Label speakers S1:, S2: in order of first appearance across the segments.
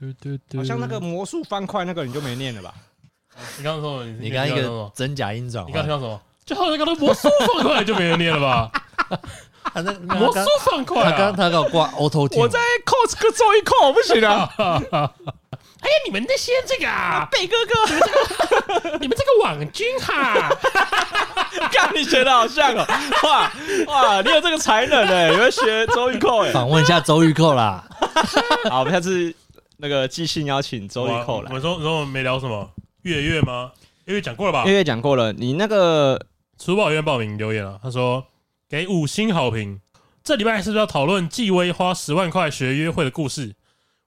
S1: 对对对，
S2: 好像那个魔术方块那个你就没念了 吧？
S3: 你刚刚说什么？
S1: 你刚刚一
S3: 刚说什
S1: 个
S3: 么
S1: 真假音转
S3: 你刚刚
S1: 换，
S3: 说什么？就好像刚刚魔术放快就没人念了 吧？
S1: 他那那
S3: 魔
S1: 他
S3: 术
S1: 刚
S3: 放快
S1: 他刚
S3: 啊！
S1: 他给 我挂 auto tune，
S2: cos 个做一扣，不行啊！
S3: 哎呀，你们那些这个啊，
S2: 贝哥哥，
S3: 你们这个网军 哈，
S2: 看你学的好像 哦，哇哇，你有这个才能哎，你会学周玉蔻哎。
S1: 访问一下周玉蔻啦，
S2: 好，我们下次那个寄信邀请周玉蔻
S3: 我
S2: 来
S3: 我。们说你说我们没聊什么月月吗？月月讲过了吧
S2: 月？月讲过了，你那个
S3: 厨宝院报名留言啊了，他说给五星好评。这礼拜是不是要讨论纪薇花十万块学约会的故事？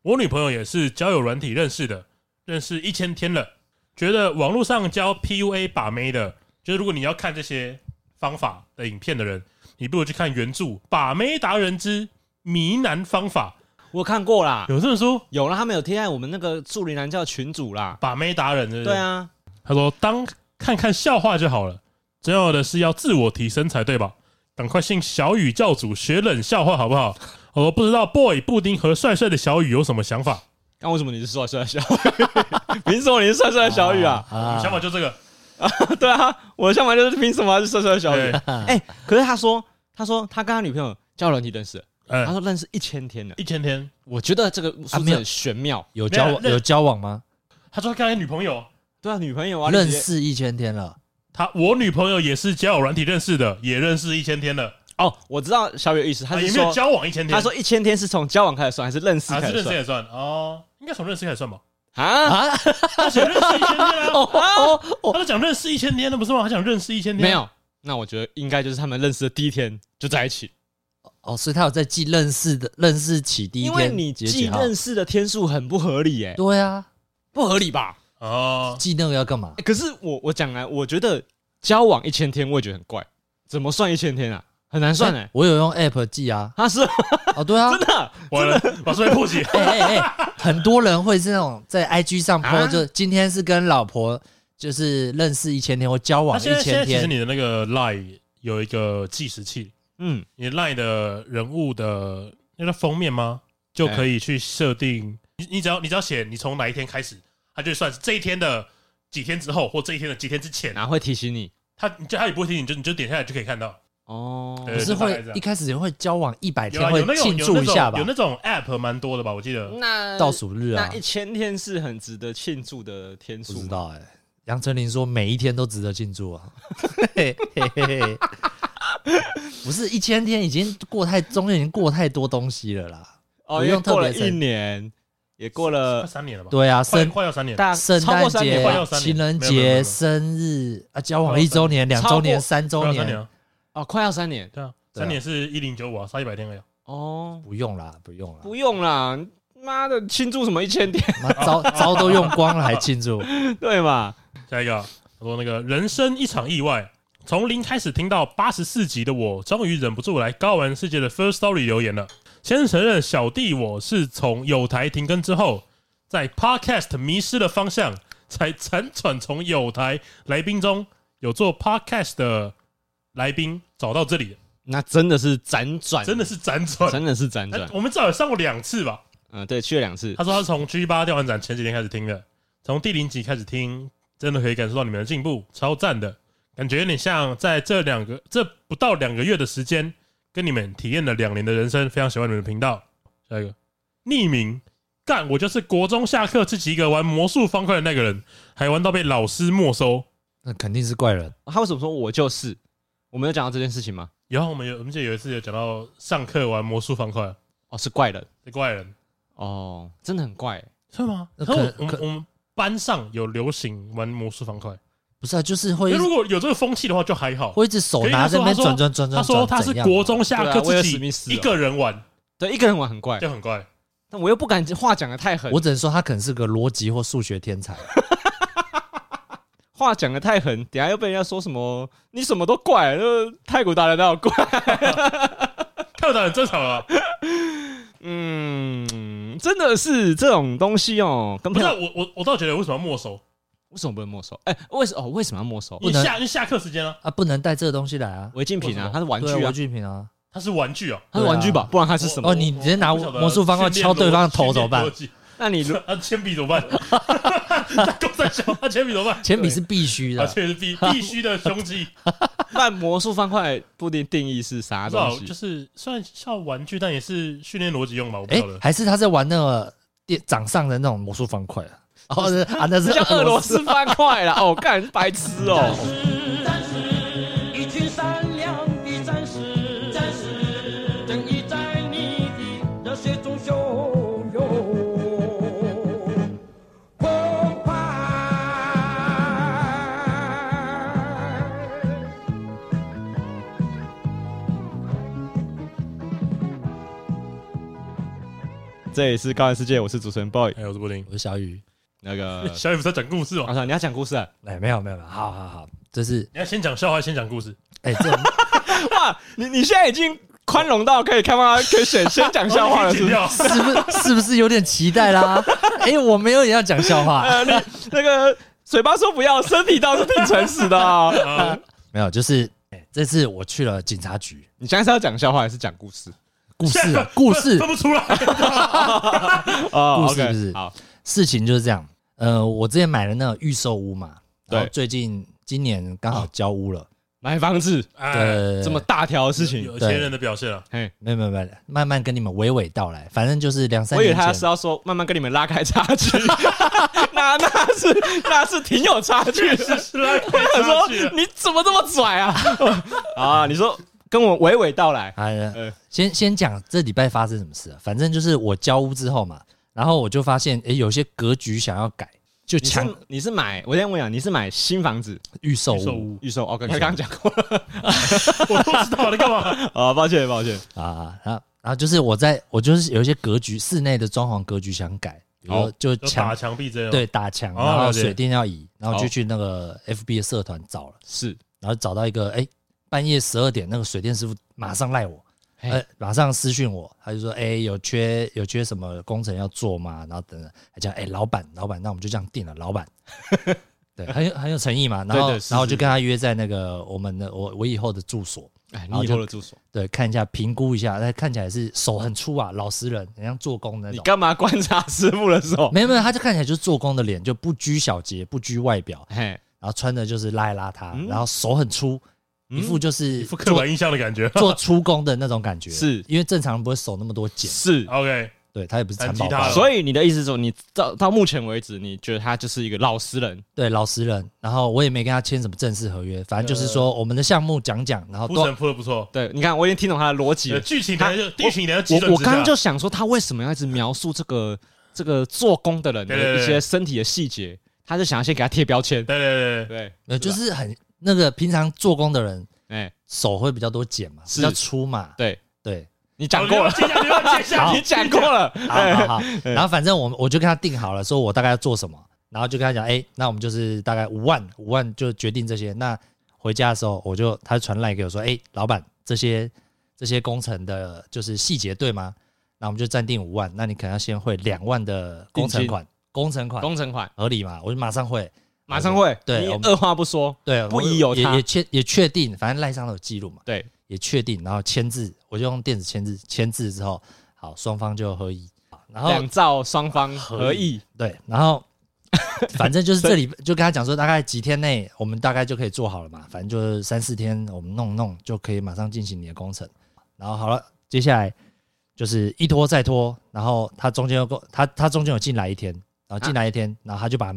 S3: 我女朋友也是交友软体认识的，认识一千天了。觉得网络上教 PUA 把妹的，就是如果你要看这些方法的影片的人，你不如去看原著《把妹达人之迷男方法
S2: 我看过啦》，，
S3: 有这么说？
S2: 有啦，他们有贴在我们那个助理男教群组啦。
S3: 把妹达人是不是
S2: 对，啊，
S3: 他说：“当看看笑话就好了，重要的是要自我提升才对吧？赶快信小雨教主学冷笑话好不好？”我说：“不知道 boy 布丁和帅帅的小雨有什么想法？
S2: 那啊为什么你是帅帅的小雨？ 凭什么你是帅帅的小雨啊？
S3: 我
S1: 啊
S3: 想法就这个，
S2: 对啊，我的想法就是凭什么他是帅帅的小雨？
S3: 对
S2: 哎、可是他说，他说他跟他女朋友交友软体认识的，他
S3: 哎，
S2: 说认识一千天了。
S3: 一千天，
S2: 我觉得这个数
S1: 没
S2: 字
S1: 有
S2: 很玄妙。
S1: 有交
S3: 没有
S1: 往
S3: 那
S1: 有交往吗？
S3: 他说他跟他女朋友，
S2: 对啊，女朋友啊，
S1: 认
S2: 你直接
S1: 识一千天了，
S3: 他我女朋友也是交友软体认识的，也认识一千天了，
S2: 哦，我知道小雨的意思，他
S3: 啊
S2: 是
S3: 也没有
S2: 说，
S3: 交往一千天，
S2: 他说一千天是从交往开始啊算，还是认识
S3: 还
S2: 开
S3: 是
S2: 始
S3: 认识
S2: 算
S3: 也算哦，应该从认识开始算吧？
S2: 啊？
S1: 啊，
S3: 他想认识一千天 啊，
S1: 哦哦，
S3: 他都讲认识一千天了，不是吗？他想认识一千天，
S2: 没有，那我觉得应该就是他们认识的第一天就在一起，
S1: 哦，所以他有在记认识的认识起第一
S2: 因
S1: 天，
S2: 为你
S1: 几
S2: 记
S1: 月几号
S2: 认识的天数很不合理耶、
S1: 对啊，
S2: 不合理吧？
S3: 哦，
S1: 记那个要干嘛
S2: 欸？可是我我讲来，我觉得交往一千天，我也觉得很怪，怎么算一千天啊？很难算哎、
S1: 哎我有用 app 记啊，
S2: 他是
S1: 哦，对啊
S2: 真，的
S3: 完了，把这边破解。”
S1: 哎哎哎，很多人会是那种在 IG 上 po，、
S2: 啊
S1: 就今天是跟老婆就是认识一千天或交往
S3: 那现在
S1: 一
S3: 现在
S1: 千
S3: 其实
S1: 天，
S3: 你的那个 Line 有一个计时器，
S2: 嗯，
S3: 你 Line 的人物的那个封面吗？就可以去设定，
S1: 哎
S3: 你你只要你只要写你从哪一天开始，它就算是这一天的几天之后，或这一天的几天之前，
S1: 啊
S2: 然后会提醒你
S3: 它你就它也不会提醒，你就你就点下来就可以看到。
S2: 哦。
S3: 对
S1: 不是
S3: 就大概
S1: 会
S3: 这样
S1: 一开始会交往一百
S3: 有
S1: 天
S3: 啊，
S1: 会
S3: 有那种
S1: 哎庆
S3: 有
S1: 祝
S3: 那
S1: 一下
S3: 种
S1: 吧
S3: 有，那种 App 蛮多的吧？我记得
S2: 那
S1: 倒数日啊
S2: 那一，千天是很值得庆祝的天
S1: 不
S2: 数，
S1: 知道哎、杨丞琳说每一天都值得庆祝啊， 嘿嘿嘿嘿不是一千天已经过太中间已经过太多东西了啦，
S2: 哦，
S1: 不
S2: 因为
S1: 用特
S2: 过
S1: 别
S2: 了一
S1: 省
S2: 年，也过
S3: 快
S2: 了
S3: 三年了吧？，
S1: 对啊，
S3: 快
S1: 生
S3: 快要三年，
S2: 大
S1: 圣
S2: 超
S1: 诞
S2: 过三年
S3: 快
S2: 吧
S3: 要
S1: 节、
S3: 三年
S1: 情人
S3: 没有没有没有没
S1: 节、
S3: 有
S1: 生日啊，交
S3: 快
S1: 往
S3: 要
S1: 一周年、两周年、
S2: 超过
S1: 三
S3: 快
S1: 周
S3: 要三年
S1: 年，
S3: 了，
S2: 哦，快要三年
S3: 对啊，
S1: 对啊
S3: 三年是一零九五啊，差一百天而已啊。
S2: 哦，
S1: 不用啦，不用啦，
S2: 不用啦，妈的庆祝什么一千天，
S1: 妈招招都用光了还庆祝，
S2: 对嘛？
S3: 下一个啊，他说那个人生一场意外，从零开始听到八十四集的我，终于忍不住来高玩世界的 First Story 留言了。先承认小弟我是从有台停更之后，在 Podcast 迷失了方向，才辗转从有台来宾中有做 Podcast 的来宾找到这里的，
S2: 那真的是辗转，
S3: 真的是辗转。
S2: 真的是辗
S3: 哎
S2: 转，
S3: 我们至少有上过两次吧。
S2: 嗯，对，去了两次
S3: 他说他从 G 八调玩展前几天开始听的，从第零集开始听，真的可以感受到你们的进步，超赞的感觉，有点像在这两个这不到两个月的时间，跟你们体验了两年的人生，非常喜欢你们的频道。下一个匿名干，我就是国中下课自己一个玩魔术方块的那个人，还玩到被老师没收。
S1: 那肯定是怪人。
S2: 他为什么说我就是？我们有讲到这件事情吗？
S3: 然后我们有，我们记得有一次有讲到上课玩魔术方块，
S2: 哦，是怪人
S3: 这怪人
S2: 哦，真的很怪欸、
S3: 是吗？
S1: 那
S3: 然
S1: 可
S3: 后我们
S1: 可
S3: 我们班上有流行玩魔术方块，
S1: 不是啊，就是
S3: 因
S1: 会
S3: 为如果有这个风气的话就还好。
S1: 会一直手拿这边转转转
S3: 他
S1: 转
S3: 说
S1: 转，
S3: 他是
S1: 怎样啊
S3: 国中下课
S2: 对啊威
S3: 自
S2: 尔史密斯
S3: 己一
S2: 哦
S3: 个人玩，
S2: 对，一个人玩很怪，
S3: 就很怪。
S2: 但我又不敢话讲的太狠，
S1: 我只能说他可能是个逻辑或数学天才，
S2: 话讲的太狠，等下又被人家说什么你什么都怪，就是泰国达人都有怪。
S3: 跳的很正常啊，
S2: 嗯，真的是这种东西哦，跟
S3: 不
S2: 朋
S3: 是
S2: 友
S3: 啊我我我倒觉得为什么要没收？
S2: 为什么不能没收？哎、为什哦为什么要没收？
S1: 不
S3: 你
S1: 能
S3: 下你下课时间啊，
S1: 啊，不能带这个东西来啊，
S2: 违禁品
S3: 为什
S2: 啊
S3: 么，
S2: 它是玩
S1: 对
S2: 具
S1: 玩
S2: 啊，
S1: 具品啊，
S3: 它是玩具哦。
S2: 它是玩具吧，
S1: 对啊
S2: 不然它是什么？
S1: 哦你直接拿
S3: 我我不晓得
S1: 魔术方块敲对方的头怎么办
S3: 训练逻辑
S2: 那 你如
S3: 啊，铅笔怎么办？公仔小，啊，铅笔怎么办？
S1: 铅笔是必须
S3: 啊，
S1: 的，
S3: 铅笔是必必须的凶器，
S2: 那魔术方块不定定义是啥
S3: 不知道
S2: 东
S3: 就
S2: 西？
S3: 是算像玩具，但也是训练逻辑用吧，我不
S1: 哎
S3: 晓得，。
S1: 还是他在玩那个电掌上的那种魔术方块啊？ 哦，是啊，那是
S2: 像俄罗斯方块 啦！哦，干白痴 哦！
S4: 是战士，一群善良的战士，战士，正义在你的热血中汹涌澎湃。
S2: 这里是高玩世界，我是主持人 boy。
S3: 哎，我是布丁。
S1: 我是小雨。
S2: 那个，
S3: 小雨不是在讲故事
S2: 我
S3: 吗？
S2: 操，你要讲故事啊？
S1: 哎，没有没有没有，好好好，这是
S3: 你要先讲笑话，还是先讲故事。
S1: 哎，这种
S2: 哇，啊你你现在已经宽容到可以开放，可以 选先讲笑话
S3: 哦
S2: 了，
S3: 你可
S2: 是
S3: 以剪
S2: 不是？
S3: 掉
S1: 是不是不是有点期待啦？哎，我没有也要讲笑 话，
S2: 呃，你那个嘴巴说不要，身体倒是挺诚实的 啊。
S3: 啊，
S1: 没有，就是哎这次我去了警察局，
S2: 你现在是要讲笑话还是讲故事
S1: 故事啊
S3: 分
S1: 故
S3: 分
S1: 事
S3: 分不出来，
S2: 哦
S1: 故事
S2: OK，
S1: 不是
S2: 好，
S1: 事情就是这样。呃，我之前买了那个预售屋嘛，
S2: 对啊
S1: 然后最近今年刚好交屋了，
S2: 买房子
S3: 哎，
S1: 呃，
S2: 这么大条的事情，
S3: 有钱人的表现啊，
S2: 嘿，
S1: 没有没有没有，慢慢跟你们娓娓道来，反正就是两三
S2: 我以为
S1: 年
S2: 他是
S1: 前，
S2: 要说慢慢跟你们拉开差距， 那那是那是挺有差距的。
S3: 是啊啦，他
S2: 他说你怎么这么拽啊？ 啊，你说跟我娓娓道来，
S1: 哎、
S2: 呃
S1: 先先讲这礼拜发生什么事、啊，反正就是我交屋之后嘛，然后我就发现，哎、有些格局想要改，就
S2: 你是
S1: 抢
S2: 你是买，我先问你啊，你是买新房子
S1: 预售
S3: 预售
S1: 屋
S3: 屋
S2: 预售？OK，刚刚哦讲 过了
S3: 我不知道你干 嘛，
S1: 哦
S2: 啊，抱歉抱歉，
S1: 啊，然后然后就是我在我就是有一些格局，室内的装潢格局想改，比如说
S3: 哦
S1: 就
S3: 就打
S1: 墙
S3: 墙壁这样，
S1: 对打墙，
S3: 哦
S1: 然后
S3: 了解
S1: 水电要移，然后就
S2: 好
S1: 去那个 FB 的社团找了。
S2: 是
S1: 然后找到一个，哎、半夜十二点，那个水电师傅马上赖我，
S2: 嘿
S1: 呃，马上私讯我，他就说，哎、有缺有缺什么工程要做吗？然后等等，还讲，哎、老板，老板，那我们就这样定了， 老板，对，很有很有诚意嘛。然后
S2: 对对是
S1: 然后
S2: 是
S1: 就跟他约在那个我们的我我以后的住所，
S2: 哎，
S1: 然
S2: 你
S1: 后
S2: 以
S1: 就
S2: 后的住所，
S1: 对，看一下评估一下，他看起来是手很粗啊，老实人，很像做工的那
S2: 你
S1: 种。
S2: 干嘛观察师傅的时候？
S1: 没有没有，他就看起来就是做工的脸，就不拘小节，不拘外表，
S2: 嘿，
S1: 然后穿的就是邋里邋遢，
S2: 嗯
S1: 然后手很粗，一副就是
S3: 一副刻
S1: 做
S3: 板印象的感觉。
S1: 做出工的那种感觉，
S2: 是
S1: 因为正常人不会手那么多茧，
S2: 是
S3: OK，
S1: 对他也不是
S3: 弹
S1: 蚕
S3: 吉
S1: 宝啊
S3: 他
S1: 宝，
S3: 了
S2: 所以你的意思是说，你到到目前为止，你觉得他就是一个老实人，
S1: 对老实人。然后我也没跟他签什么正式合约，反正就是说我们的项目讲讲，然后
S3: 铺
S1: 都
S3: 陈铺的不错，
S2: 对，你看，我已经听懂他的逻辑
S3: 呃
S2: 了。
S3: 剧情等下就
S2: 他
S3: 剧情等下急
S2: 我
S3: 转
S2: 我
S3: 直
S2: 刚
S3: 下
S2: 刚。就想说，他为什么要一直描述这个这个做工的人
S3: 对对
S2: 的
S3: 对
S2: 一些身体的细节？他就想要先给他贴标签。
S3: 对对对对，
S2: 对，
S1: 呃就是是很那个平常做工的人
S2: 哎，
S1: 手会比较多茧嘛，比
S2: 是
S1: 较粗嘛，
S2: 对
S1: 对，
S2: 你讲过了，
S3: 接下来接下来
S1: 好
S2: 你讲过了，
S1: 好好
S2: 哎
S1: 好。然后反正我们我就跟他定好了，说我大概要做什么，然后就跟他讲，哎，那我们就是大概五万五万就决定这些。那回家的时候，我就他传赖给我说，哎，老板，这些这些工程的就是细节对吗？那我们就暂定五万，那你可能要先汇两万的工程款，工程款
S2: 工程款
S1: 合理嘛？我就马上汇，
S2: 马上会，
S1: 对
S2: 你
S1: 我们
S2: 二话不说，
S1: 对，
S2: 不
S1: 我
S2: 疑有
S1: 也
S2: 他
S1: 也确也确定，反正赖上都有记录嘛，
S2: 对，
S1: 也确定，然后签字，我就用电子签字，签字之后，好，双方就合一，好然后
S2: 两造双方合
S1: 合
S2: 意，
S1: 对，然 后反正就是这里就跟他讲说，大概几天内我们大概就可以做好了嘛，反正就是三四天我们弄弄就可以马上进行你的工程。然后好了，接下来就是一拖再拖，然后他中间又过他他中间有进来一天，然后进来一天，然后他就把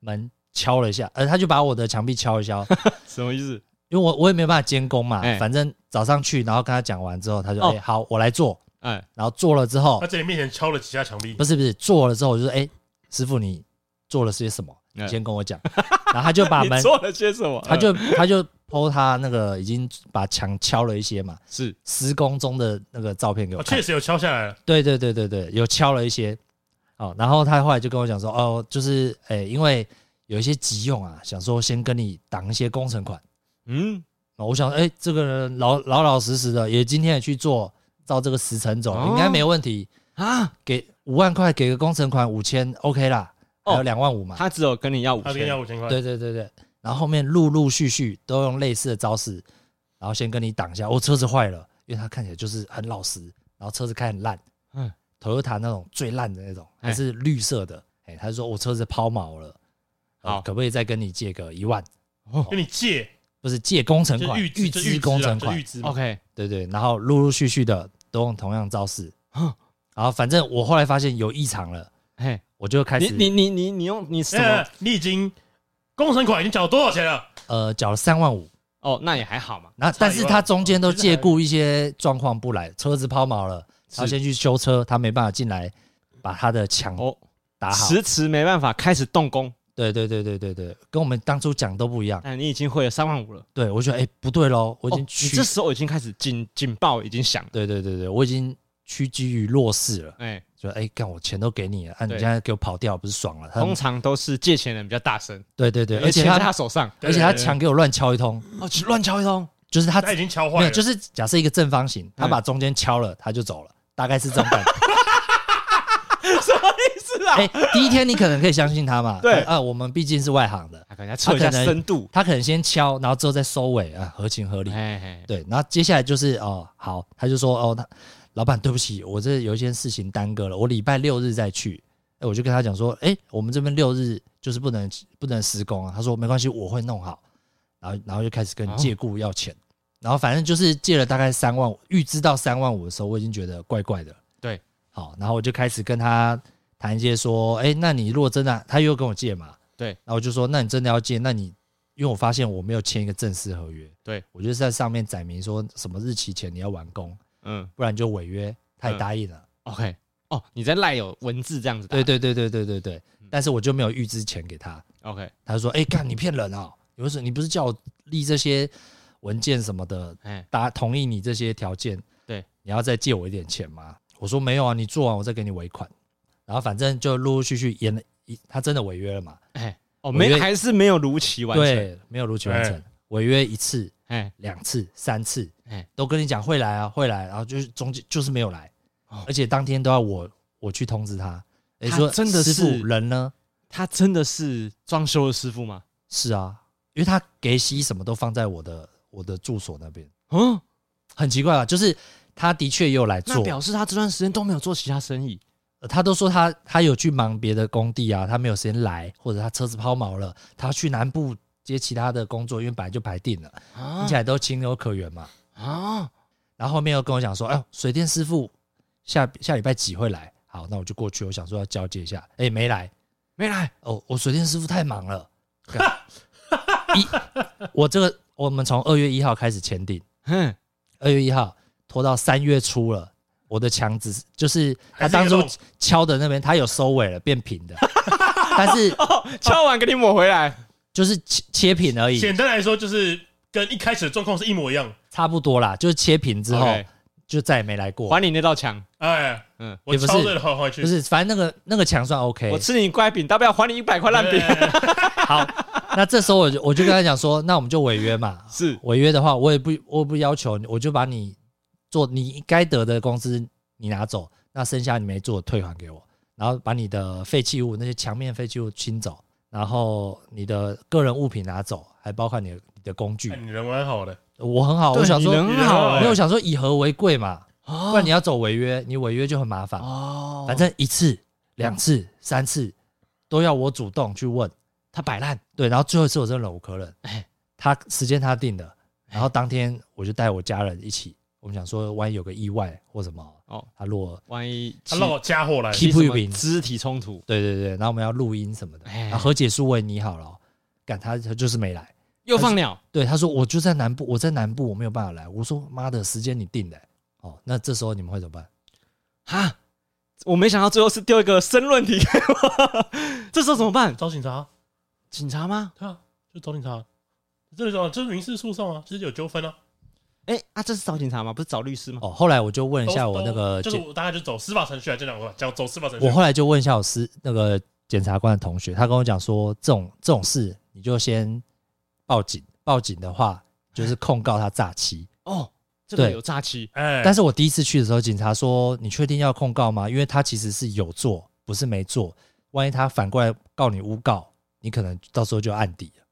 S1: 门敲了一
S2: 啊
S1: 下，呃，他就把我的墙壁敲 一敲，
S2: 什么意思？
S1: 因为我我也没办法监工嘛，
S2: 哎
S1: 反正早上去，然后跟他讲完之后，他就哎、
S2: 哦
S1: 好，我来做，
S2: 哎，
S1: 然后做了之后
S3: 他，在你面前敲了几下墙壁
S1: 不，是不是，做了之后我就说，哎、师傅你做了些什么？你
S2: 嗯
S1: 先跟我讲。然后他就 把
S2: 你
S1: 门，
S2: 做了些什么？哎
S1: 他就他就剖他那个已经把墙敲了一些嘛，
S2: 是
S1: 施工中的那个照片给我
S3: 哦，
S1: 看
S3: 确。实有敲下来了，
S1: 对对对对对，有敲了一些。哦，然后他后来就跟我讲说，哦，就是哎、因为有一些急用啊，想说先跟你挡一些工程款。
S2: 嗯，
S1: 哦我想，哎、这个人老老老实实的，也今天也去做，照这个时辰走，
S2: 哦
S1: 应该没问题。
S2: 啊，
S1: 给五万块，给个工程款五千，OK 啦，还有
S2: 哦
S1: 两万五嘛。
S2: 他只有跟你要五
S3: 他跟你
S2: 千
S3: 要，五千块，
S1: 对对对对，然后后面陆陆续续都用类似的招式，然后先跟你挡一下，哦，车子坏了，因为他看起来就是很老实，然后车子开很烂，
S2: 嗯
S1: Toyota 那种最烂的那种，
S5: 哎
S1: 还是绿色的。哎、他就说我车子抛锚了，呃
S5: 好
S1: 可不可以再跟你借个一万？
S3: 跟你借，
S1: 不是借工程
S3: 就
S1: 款，
S3: 预
S1: 预
S3: 支就预
S1: 支
S3: 支
S1: 工
S3: 啊
S1: 程
S3: 就
S1: 款
S3: 预，支嘛。
S5: OK，
S1: 对对，然后陆陆续续的都用同样招式，然后反正我后来发现有异常了，
S5: 嘿，
S1: 我就开
S5: 你
S1: 始
S5: 你你你你用你什么
S3: 哎？你已经工程款已经缴多少钱了？
S1: 呃缴了三万五，
S5: 哦，那也还好嘛。
S1: 然后但是他中
S5: 哦
S1: 间都
S3: 其实还
S1: 借故一些状况不来，车子抛锚了，他
S5: 是
S1: 先去修车，他没办法进来把他的墙
S5: 哦，
S1: 打好，
S5: 迟迟没办法开始动工，
S1: 对对对对对对，跟我们当初讲都不一样。
S5: 但你已经汇了三万五了。
S1: 对我觉得哎、不对喽，我
S5: 我
S1: 已经
S5: 哦你
S1: 屈，
S5: 这时候已经开始警警报已经响了。
S1: 对对对对，我已经屈居于弱势了，
S5: 哎，
S1: 就哎干、我钱都给你了，啊你
S5: 对
S1: 现在给我跑掉不是爽了？他
S5: 通常都是借钱人比较大声，
S1: 对对对，
S5: 因为
S1: 而且
S5: 钱在
S1: 他
S5: 他手上，
S1: 而且他
S3: 对对对
S1: 墙给我乱敲一通，
S5: 哦，乱敲一通。
S1: 就是他
S3: 他已经敲
S1: 没
S3: 坏
S1: 有，
S3: 了，
S1: 就是假设一个正方形，他
S5: 嗯
S1: 把中间敲了，他就走了，大概是这种感 觉。
S5: 是啊，
S1: 哎，第一天你可能可以相信他嘛，
S5: 对
S1: 啊，我们毕竟是外行的，
S5: 他可能要测一下深度。
S1: 他可能先敲，然后之后再收尾啊，合情合理。
S5: 哎哎，
S1: 对，然后接下来就是哦，好，他就说哦，他老板对不起，我这有一件事情耽搁了，我礼拜六日再去。哎，我就跟他讲说，哎，我们这边六日就是不能不能施工啊。他说没关系，我会弄好。然后然后就开始跟
S5: 哦
S1: 借故要钱，然后反正就是借了大概三万五，预支到三万五的时候，我已经觉得怪怪的。
S5: 对，
S1: 好，然后我就开始跟他谈一些说，哎，那你如果真的，他又跟我借嘛，
S5: 对
S1: 然后我就说，那你真的要借，那你因为我发现我没有签一个正式合约，
S5: 对
S1: 我就是在上面载明说什么日期前你要完工，
S5: 嗯
S1: 不然就违约。他也
S5: 嗯
S1: 答应了，
S5: ，OK。哦，你在赖有文字这样子打。
S1: 对对对对对对对，
S5: 嗯
S1: 但是我就没有预支钱给他，
S5: ，OK。
S1: 他就说，哎，干你骗人啊！有的时候你不是叫我立这些文件什么的，
S5: 哎，
S1: 答同意你这些条件，
S5: 对，
S1: 你要再借我一点钱吗？我说没有啊，你做完我再给你尾款。然后反正就陆陆续续延了一，他真的违约了嘛？
S5: 哎，哦，
S1: 我觉
S5: 没
S1: 得
S5: 还是没有如期完成。
S1: 对，没有如期完成
S3: 哎，
S1: 违约一次、
S5: 哎，
S1: 两次、三次
S5: 哎，
S1: 都跟你讲会来啊，会来，然后就是中间就是没有来
S5: 哦，
S1: 而且当天都要我我去通知他，你
S5: 他
S1: 说
S5: 真的
S1: 师
S5: 是
S1: 傅人呢？
S5: 他真的是装修的师傅吗？
S1: 是啊，因为他给息什么都放在我的我的住所那边，
S5: 嗯，
S1: 很奇怪啊，就是他的确也有来
S5: 那
S1: 做，
S5: 表示他这段时间都没有做其他生意。
S1: 呃他都说他他有去忙别的工地啊，他没有时间来，或者他车子抛锚了，他去南部接其他的工作，因为本来就排定了，听
S5: 啊
S1: 起来都情有可原嘛。哦
S5: 啊，
S1: 然后后面又跟我讲说，哎呦，水电师傅下下礼拜几会来？好，那我就过去，我想说要交接一下，哎，没来
S5: 没来。
S1: 哦，我水电师傅太忙了。干一，我这个我们从二月一号开始签订，
S5: 哼，
S1: 二月一号拖到三月初了，我的墙只是就是
S3: 还
S1: 他
S3: 是有
S1: 当初
S3: 弄
S1: 敲的那边，他有收尾了，变平的， 但是
S5: 敲完给你抹回来。
S1: 就是切切平而已，
S3: 简单来说，就是跟一开始的状况是一模一样。
S1: 差不多啦，就是切平之后
S5: OK，
S1: 就再也没来过。
S5: 还你那道墙。
S3: 哎，
S5: 嗯，
S3: 我
S1: 也不是
S3: 敲对了还回去，
S1: 不是，反正那个那个墙算 OK
S5: 我。吃你乖饼，大不了还你一百块烂饼。
S3: 哎
S1: 好， 那这时候我就我就跟他讲说，那我们就违约嘛。
S5: 是
S1: 违约的话，我也不我不要求你，我就把你做你该得的工资你拿走，那剩下你没做的退还给我，然后把你的废弃物那些墙面废弃物清走，然后你的个人物品拿走，还包括你的你的工具。
S3: 哎你人蛮好的，
S1: 我很好，
S5: 对
S1: 哦我想说
S5: 你人
S3: 很好哎
S1: 没有，我想说以和为贵嘛，
S5: 哦
S1: 不然你要走违约，你违约就很麻烦。
S5: 哦，
S1: 反正一次、两次、三次都要我主动去问，
S5: 他摆烂。
S1: 对，然后最后一次我真的忍无可忍
S5: 哎，
S1: 他时间他定的，然后当天我就带我家人一起，我们想说万一有个意外或什么，
S5: 哦
S1: 哦，他落，
S5: 万一
S3: 他让我家伙来，
S5: 起
S1: 其
S5: 什么
S1: Keep it
S5: 肢体冲突，
S1: 对对对，然后我们要录音什么的，
S5: 哎
S1: 然后和解书我也拟好了哦，赶他他就是没来，
S5: 又放鸟，
S1: 对，他说我就在南部，我在南部我没有办法来，我说妈的时间你定的欸，哦，那这时候你们会怎么办？
S5: 哈，我没想到最后是丢一个申论题给我，这时候怎么办？
S3: 找警察，
S5: 警察吗？
S3: 对啊，就找警察，这里找就是民事诉讼啊，就是有纠纷啊。
S5: 哎、啊，这是找警察吗？不是找律师吗？
S1: 哦，后来我就问一
S3: 哦都
S1: 下我那个
S3: 就是
S1: 检，
S3: 我大概就走司法程序来讲啊两个，讲走司法程序
S1: 我。后来就问一下我司那个检察官的同学，他跟我讲说，这种这种事你就先报警，报警的话就是控告他诈欺。
S5: 哦，这个
S1: 对
S5: 有诈欺，
S3: 哎，
S1: 但
S3: 是
S1: 是我第一次去的时候，警察说你确定要控告吗？因为他其实是有做，不是没做。万一他反过来告你诬告，你可能到时候就案底了。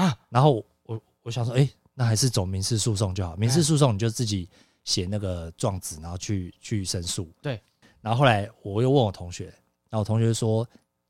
S5: 啊，
S1: 然后我我我想说，哎、那还是走民事
S2: 哎
S1: 诉讼就好。民事诉讼你就自己写那个状子，然后去去申诉。
S5: 对。
S1: 然后后来我又问我同学，然后我同学说，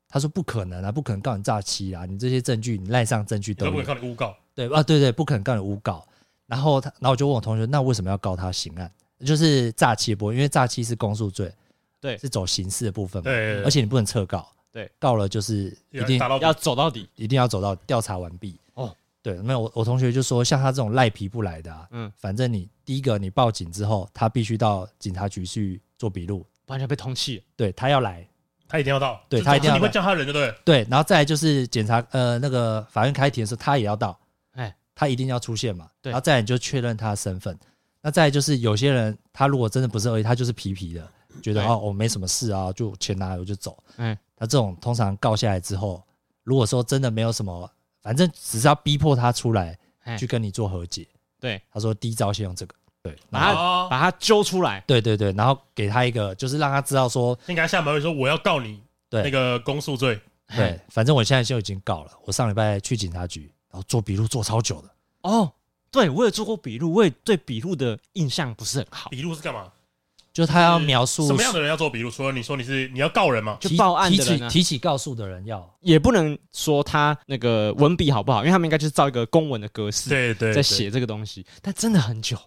S1: 他说不可能啊，不可能告你诈欺啊，你这些证据，你赖上证据
S3: 你
S1: 都
S3: 都不
S1: 有
S3: 能，靠你诬告，
S1: 对啊，对对，不可能告你诬告。然后他，然后我就问我同学，那为什么要告他刑案？就是诈欺不会，因为诈欺是公诉罪，
S2: 对
S1: 是走刑事的部分嘛，
S3: 对对对
S1: 而且你不能撤告，
S2: 对，
S1: 告了就是一定
S3: 打到
S2: 要走到底。
S1: 一定要走到调查完毕。
S2: 哦
S1: 哦，对，没有我我同学就说，像他这种赖皮不来的、啊，
S2: 嗯
S1: 嗯，反正你第一个你报警之后，他必须到警察局去做笔录，
S2: 不然就被通气了。
S1: 对他要来，
S3: 他一定要到，
S1: 对
S3: 就
S1: 他一定要
S3: 你会
S1: 到
S3: 叫他人就对了，
S1: 对，然后再来就是检察呃那个法院开庭的时候，他也要到，
S2: 哎，
S1: 他一定要出现嘛，
S2: 对
S1: 然后再来你就确认他的身份。那再来就是有些人，他如果真的不是恶意，他就是皮皮的，觉得
S2: 对
S1: 哦我没什么事啊，就钱拿来我就走。
S2: 嗯
S1: 嗯，他这种通常告下来之后，如果说真的没有什么，反正只是要逼迫他出来
S2: 哎
S1: 去跟你做和解。
S2: 对，
S1: 他说第一招先用这个，对，然后
S2: 把他
S3: 哦
S2: 把他揪出来，
S1: 对对对，然后给他一个就是让他知道说，
S3: 先给他下马威说我要告你
S1: 对
S3: 那个公诉罪，
S1: 对， 反正我现在就已经告了，我上礼拜去警察局，然后做笔录做超久的。
S2: 哦，对我也做过笔录，我也对笔录的印象不是很好，
S3: 笔录是干嘛？
S1: 就他要描述
S3: 什么样的人要做笔录？除了你说你是你要告人嘛，
S2: 就
S1: 提
S2: 报案
S1: 提
S2: 的人
S1: 起
S2: 啊
S1: 提起告诉的人要
S2: 也不能说他那个文笔好不好，因为他们应该就是照一个公文的格式
S3: 对对，
S2: 在
S3: 对，
S2: 写这个东西，但真的很久，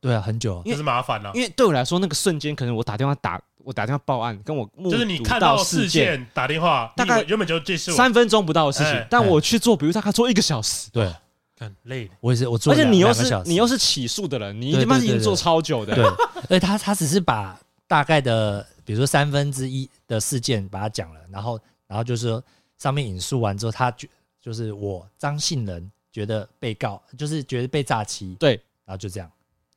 S1: 对啊，很久啊
S3: 这是麻烦了，
S2: 因为对我来说那个瞬间，可能我打电话打我打电话报案，跟我目
S3: 就是你
S2: 睹
S3: 看
S2: 到
S3: 到
S2: 事
S3: 事
S2: 件
S3: 件打电话，
S2: 大概
S3: 你以为原本就这是我
S2: 三分钟不到的事情
S3: 哎，
S2: 但
S1: 哎
S2: 我去做笔录大概做一个小时。
S1: 对
S3: 干累的，
S1: 我也是，我做
S2: 而且
S1: 两
S2: 你又
S1: 两个
S2: 是
S1: 小时
S2: 你又是起诉的人，你
S1: 对
S2: 他妈
S1: 对
S2: 已
S1: 对
S2: 经
S1: 对
S2: 做超久的，
S1: 对，而且他他只是把大概的，比如说三分之一的事件把它讲了，然后然后就是说上面引述完之后，他觉就是我张信人觉得被告就是觉得被诈欺，
S2: 对，
S1: 然后就这样，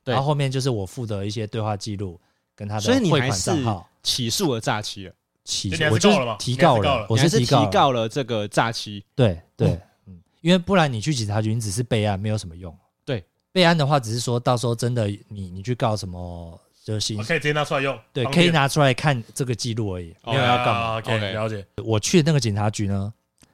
S2: 对
S1: 然后后面就是我附的一些对话记录跟他的
S2: 所以你
S1: 汇
S2: 还
S1: 款
S2: 是
S1: 账号。
S2: 起诉了诈欺了，
S1: 起
S3: 你还是
S1: 我就
S3: 告了吗
S1: 提
S3: 你还是
S1: 告
S3: 告了
S1: 了，我
S2: 你还是
S1: 提
S2: 提
S1: 告了，
S2: 告了这个诈欺，
S1: 对对，嗯，因为不然你去警察局，你只是备案，没有什么用。
S2: 对，
S1: 备案的话，只是说到时候真的你你去告什么，就是刑
S3: 我哦可以直接拿出来用，
S1: 对，
S3: 方
S1: 可
S3: 便
S1: 以拿出来看这个记录而已，没有要干
S2: 哦
S1: 嘛。
S3: 啊？OK，
S2: OK
S3: 了解，
S1: 我去的那个警察局呢，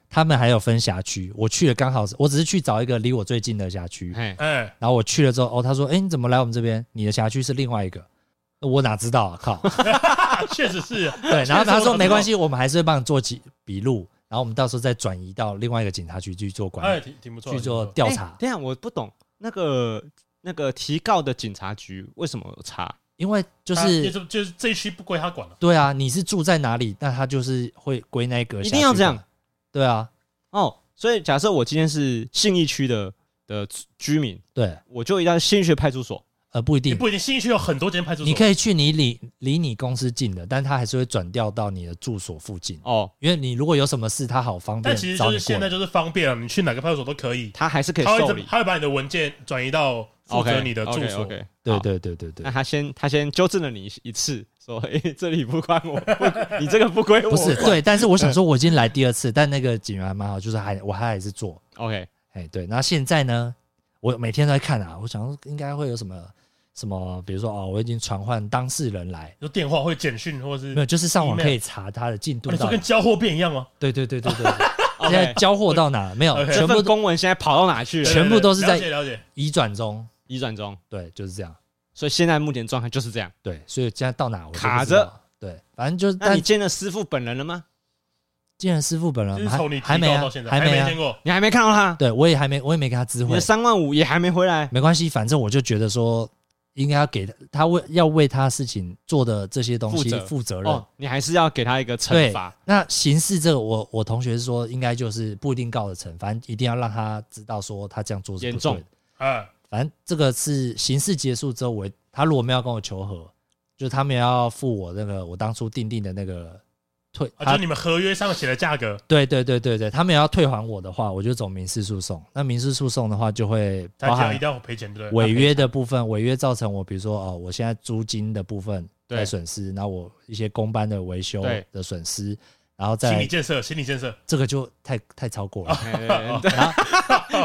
S1: 他们还有分辖区，我去了刚好是，我只是去找一个离我最近的辖区，
S2: 哎，
S3: 哎，
S1: 然后我去了之后，哦，他说，哎，你怎么来我们这边？你的辖区是另外一个。我哪知道啊！靠，
S3: 啊确实是，
S1: 对，然后
S3: 所
S1: 他
S3: 以我
S1: 说
S3: 哪
S1: 没关
S3: 知
S1: 系，我们还是会帮你做记笔录，然后我们到时候再转移到另外一个警察局去做管
S3: 哎，
S1: 理、
S3: 挺挺不错的，
S1: 去做
S3: 挺不错
S1: 调查
S2: 哎。等一下我不懂那个那个提告的警察局为什么有查？
S1: 因为就
S3: 他
S1: 是
S3: 啊就是就是这一区不归他管了，
S1: 对啊，你是住在哪里，那他就是会归那一个。
S2: 一定要这样，
S1: 对啊，
S2: 哦，所以假设我今天是信义区的的居民，
S1: 对，
S2: 我就一定要信义区派出所。
S1: 呃，不一
S3: 你
S1: 定，
S3: 不一定新一区有很多间派出所，
S1: 你可以去你离离你公司近的，但他还是会转调到你的住所附近，
S2: 哦，
S1: 因为你如果有什么事，他好方便
S3: 但其实
S1: 找
S3: 就
S1: 你
S3: 是
S1: 过
S3: 现在
S1: 来。
S3: 就是方便了，你去哪个派出所都可以，
S2: 他还是可以
S3: 他
S2: 受
S3: 会
S2: 理。
S3: 他会把你的文件转移到负责你的住
S2: OK，OK，OK，
S3: 所。
S2: 好
S1: 对对对对
S2: 那
S3: 哎
S1: 对，
S2: 他先他先纠正了你一次，说：“哎、这里不关我，不 你这个不归我。”
S1: 不是对，但是我想说，我已经来第二次，但那个警员还蛮好，就是还我还还是做，
S2: OK，
S1: 哎，对，那现在呢，我每天都在看啊，我想说应该会有什么什么，比如说哦，我已经传唤当事人来，
S3: 就电话或者简讯，或者是
S1: 没有，就是上网
S3: Email
S1: 可以查他的进
S3: 哦
S1: 度
S3: 你说
S1: 到
S3: 跟
S1: 哪。
S3: 交货变一样吗？
S1: 对对对对 对，现
S2: OK
S1: 在交货到哪没有？
S3: OK
S1: 全
S2: 这
S1: 部
S2: 份
S1: 都
S2: 公文现在跑到哪去
S3: 对对
S2: 了？
S1: 全部都是在
S3: 了解了解。
S1: 移转中，
S2: 移转中，
S1: 对，就是这样。
S2: 所以现在目前状态就是这样。
S1: 对，所以现在到哪我都不知道
S2: 卡着。
S1: 对，反正就是，
S2: 那
S1: 但
S2: 你见了师傅本人了吗？
S1: 既然师傅本
S3: 就
S1: 人
S3: 是从你
S1: 还
S3: 提
S1: 还没
S3: 高
S1: 啊
S3: 到现，在
S1: 还
S3: 没
S1: 啊
S3: 见，过，
S2: 你还没看到他，
S1: 对我也还没，我也没给他知
S2: 你
S1: 会
S2: 的，三万五也还没回来。
S1: 没关系，反正我就觉得说，应该要给他，他为要为他事情做的这些东
S2: 负
S1: 西
S2: 责
S1: 负责任
S2: 哦。，你还是要给他一个惩
S1: 对
S2: 罚。
S1: 那刑事这个，我我同学是说，应该就是不一定告得成，反正一定要让他知道说他这样做是
S2: 严
S1: 不
S2: 重
S1: 对的。
S3: 啊，
S1: 反正这个是刑事结束之后，我他如果没有跟我求和，就是他们要付我那个我当初定定的那个退，
S3: 啊，就
S1: 他
S3: 是你们合约上写的价格
S1: 对对对对对，他们也要退还我的话，我就走民事诉讼。那民事诉讼的话，就会
S3: 才
S1: 包
S3: 讲一
S1: 含
S3: 定要赔钱，对不对？
S1: 违约的部分，违约造成我比如说哦，我现在租金的部分
S2: 对
S1: 的损失，然后我一些公班的维修
S2: 对
S1: 的损失，然后再
S3: 心理
S1: 来
S3: 建设，心理建设，
S1: 这个就太太超过了。
S2: 哎对对对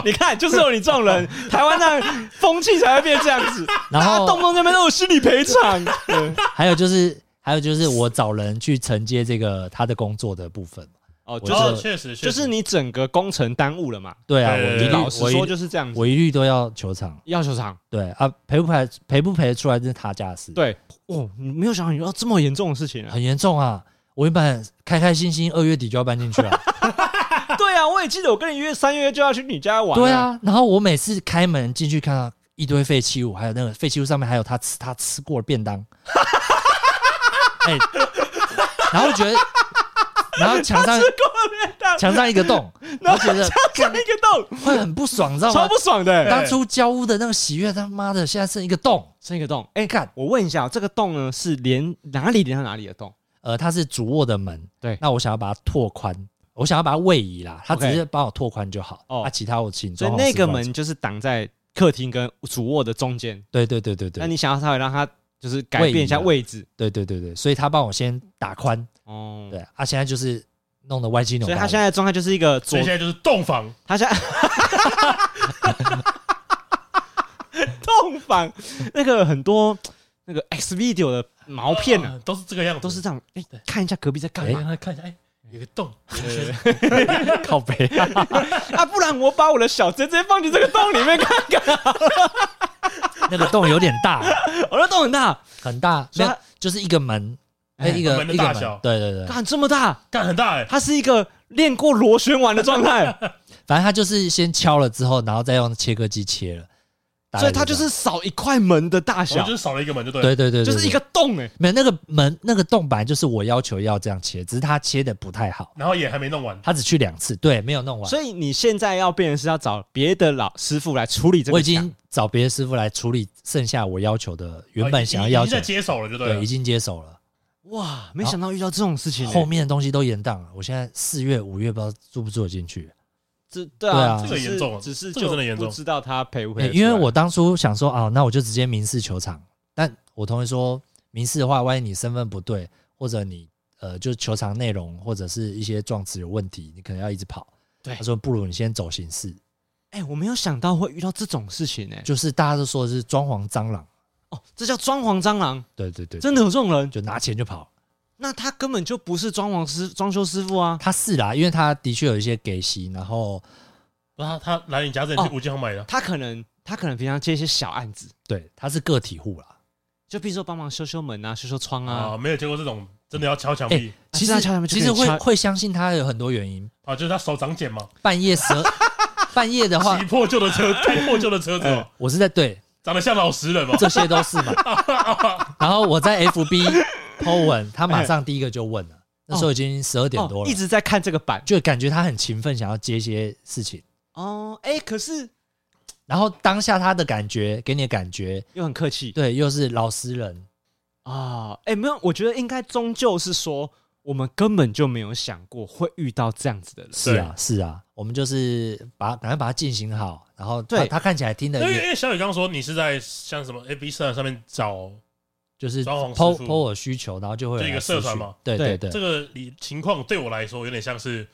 S2: 你看，就是有你这种 人，台湾那风气才会变这样子。
S1: 然
S2: 大家啊动
S1: 后
S2: 不动那边都有哦心理赔偿。对
S1: 还有就是还有就是我找人去承接这个他的工作的部分。
S5: 哦，
S1: 我
S5: 就
S1: 觉
S5: 是
S1: 得
S3: 哦，确实，确
S2: 就
S3: 实
S2: 是你整个工程耽误了嘛。
S1: 对啊，
S3: 对
S1: 我
S3: 对
S2: 你
S1: 一律
S2: 老实
S1: 我一
S2: 说
S1: 律
S2: 就是这样子，
S1: 我一律都要球场。
S2: 要求偿。
S1: 对啊，赔不赔赔不赔得出来这是他家的事，
S2: 对，哦，你没有想到你遇到这么严重的事情啊！
S1: 很严重啊。我原本开开心心二月底就要搬进去啊 了，
S2: 对啊，我也记得我跟你约三月就要去你家玩。
S1: 哎对，啊。然后我每次开门进去看到一堆废弃物，还有那个废弃物上面还有他吃他吃过的便当，哎、然后觉得，然后墙上墙上一个洞，然后觉得
S2: 看一个洞，
S1: 会很不爽，你知道
S2: 超
S1: 吗
S2: 不？爽的、
S1: 当初交屋的那个喜悦，他妈的现在剩一个洞，
S2: 生一个洞。哎、
S1: 干
S2: 我问一下，这个洞呢是连哪里连到哪里的洞？
S1: 呃，它是主卧的门，
S2: 对
S1: 那我想要把它拓宽，我想要把它位移啦，它
S2: OK
S1: 只是帮我拓宽就好，
S2: 哦
S1: 啊，其他我请
S2: 所
S1: 装
S2: 以
S1: 潢
S2: 那个
S1: 师傅来
S2: 门
S1: 做，
S2: 就是挡在客厅跟主卧的中间。
S1: 对对对对对
S2: 那，你想要稍微让它就是改变一下
S1: 位啊
S2: 位置
S1: 对对对对，所以他帮我先打宽，
S2: 哦。
S1: 对，啊，现在就是弄得歪七扭
S2: 所
S1: 八
S2: 以
S1: 的，
S2: 它现在的状态就是一个
S3: 所
S2: 左
S3: 以现在就是洞房，
S2: 他 现在洞房那个很多那个 X video 的毛片啊，
S3: 嗯都是这个样子，
S2: 都是这样。哎、看一下隔壁在干
S3: 哎。
S2: 嘛、
S3: 让他看一下，哎，
S1: 嗯
S3: 有个洞，
S1: 靠背，
S2: 啊？不然我把我的小直接放进这个洞里面看看。
S1: 那个洞有点大，
S2: 我的洞很大，
S1: 很大，
S2: 所
S1: 没
S2: 以
S1: 有
S2: 它
S1: 就是一个门，哎，
S2: 哎
S1: 一个
S3: 门的
S1: 一个
S3: 大
S1: 门
S3: 小，
S1: 对对对，
S2: 干这么大，
S3: 干很大哎，
S2: 它是一个练过螺旋丸的状态，
S1: 反正他就是先敲了之后，然后再用切割机切了，大概
S2: 所以它就是少一块门的大
S3: 我们
S2: 小
S3: 就，是少了一个门就对
S1: 这
S3: 了，
S1: 样对对对，对
S2: 就是一个。
S1: 对
S2: 洞哎、
S1: 没有那个门那个洞本来就是我要求要这样切，只是他切的不太好。
S3: 然后也还没弄完，
S1: 他只去两次，对，没有弄完。
S2: 所以你现在要变成是要找别的老师傅来处理这个墙。
S1: 我已经找别的师傅来处理剩下我要求的，原本想要要
S3: 啊已经
S1: 求
S3: 在，接手了就对啊
S1: 对，
S3: 了
S1: 已，经接手了。
S2: 哇，没想到遇到这种事情、欸，
S1: 后面的东西都延档了，我现在四月、五月不知道住不住得进去，
S2: 这对哎
S1: 对啊
S2: 只
S1: 这
S3: 个
S2: 是
S3: 严重啊
S2: 只是
S3: 这个
S2: 就
S3: 真的严重
S2: 不知道他赔不赔
S1: 欸
S2: 得出来、
S1: 因为我当初想说啊，那我就直接民事球场，但我同学说民事的话，万一你身份不对，或者你呃，就球场内容或者是一些状词有问题，你可能要一直跑。
S2: 对
S1: 他说不如你先走形式，
S2: 哎、我没有想到会遇到这种事情哎、
S1: 就是大家都说的是装潢蟑螂，
S2: 哦，这叫装潢蟑螂，
S1: 对对对，
S2: 真的有这种人？
S1: 就拿钱就跑。
S2: 那他根本就不是装潢师、装修师傅啊！
S1: 他是啦，因为他的确有一些给息，然后
S3: 然后他他来你家之前
S2: 哦
S3: 去五金行买的，
S2: 他可能他可能平常接一些小案子，
S1: 对，他是个体户
S2: 啊
S1: 啦。
S2: 就比如说帮忙修修门啊、修修窗啊
S3: 啊，。没有见过这种真的要敲墙壁
S2: 啊
S1: 其
S2: 是啊
S1: 实
S2: 敲他们就
S1: 其
S2: 可以
S1: 实
S2: 敲
S1: 会会相信他有很多原因。
S3: 啊，就是他手长茧嘛，
S1: 半夜十二 半夜的 话
S3: 骑，破旧的 车，开破旧的车子嘛，
S1: 我是在对
S3: 长得像老实人嘛，
S1: 这些都是 嘛。然后我在 FB 抛文，他马上第一个就问了。那时候已经十二点多
S2: 哎哦，
S1: 了，
S2: 一直在看这个版
S1: 就感觉他很勤奋，想要接一些事情。
S2: 哦。哎、可是
S1: 然后当下他的感觉，给你的感觉，
S2: 又很客气
S1: 对，又是老实人，
S2: 啊。哎、没有，我觉得应该终究是说，我们根本就没有想过会遇到这样子的人。
S1: 是啊是啊，我们就是把赶快把它进行好，然后他
S2: 对
S1: 他看起来听的
S3: 因为因
S1: 也
S3: 为小雨刚刚说你是在像什么 A B 社上面找
S1: 就是
S3: 装潢师
S1: 抛
S3: 傅
S1: 抛我需求，然后就会有
S3: 就一个
S1: 人
S3: 社
S1: 私
S3: 团
S1: 讯
S3: 嘛，
S1: 对对
S2: 对
S1: 对，
S3: 这个理情况对我来说有点像是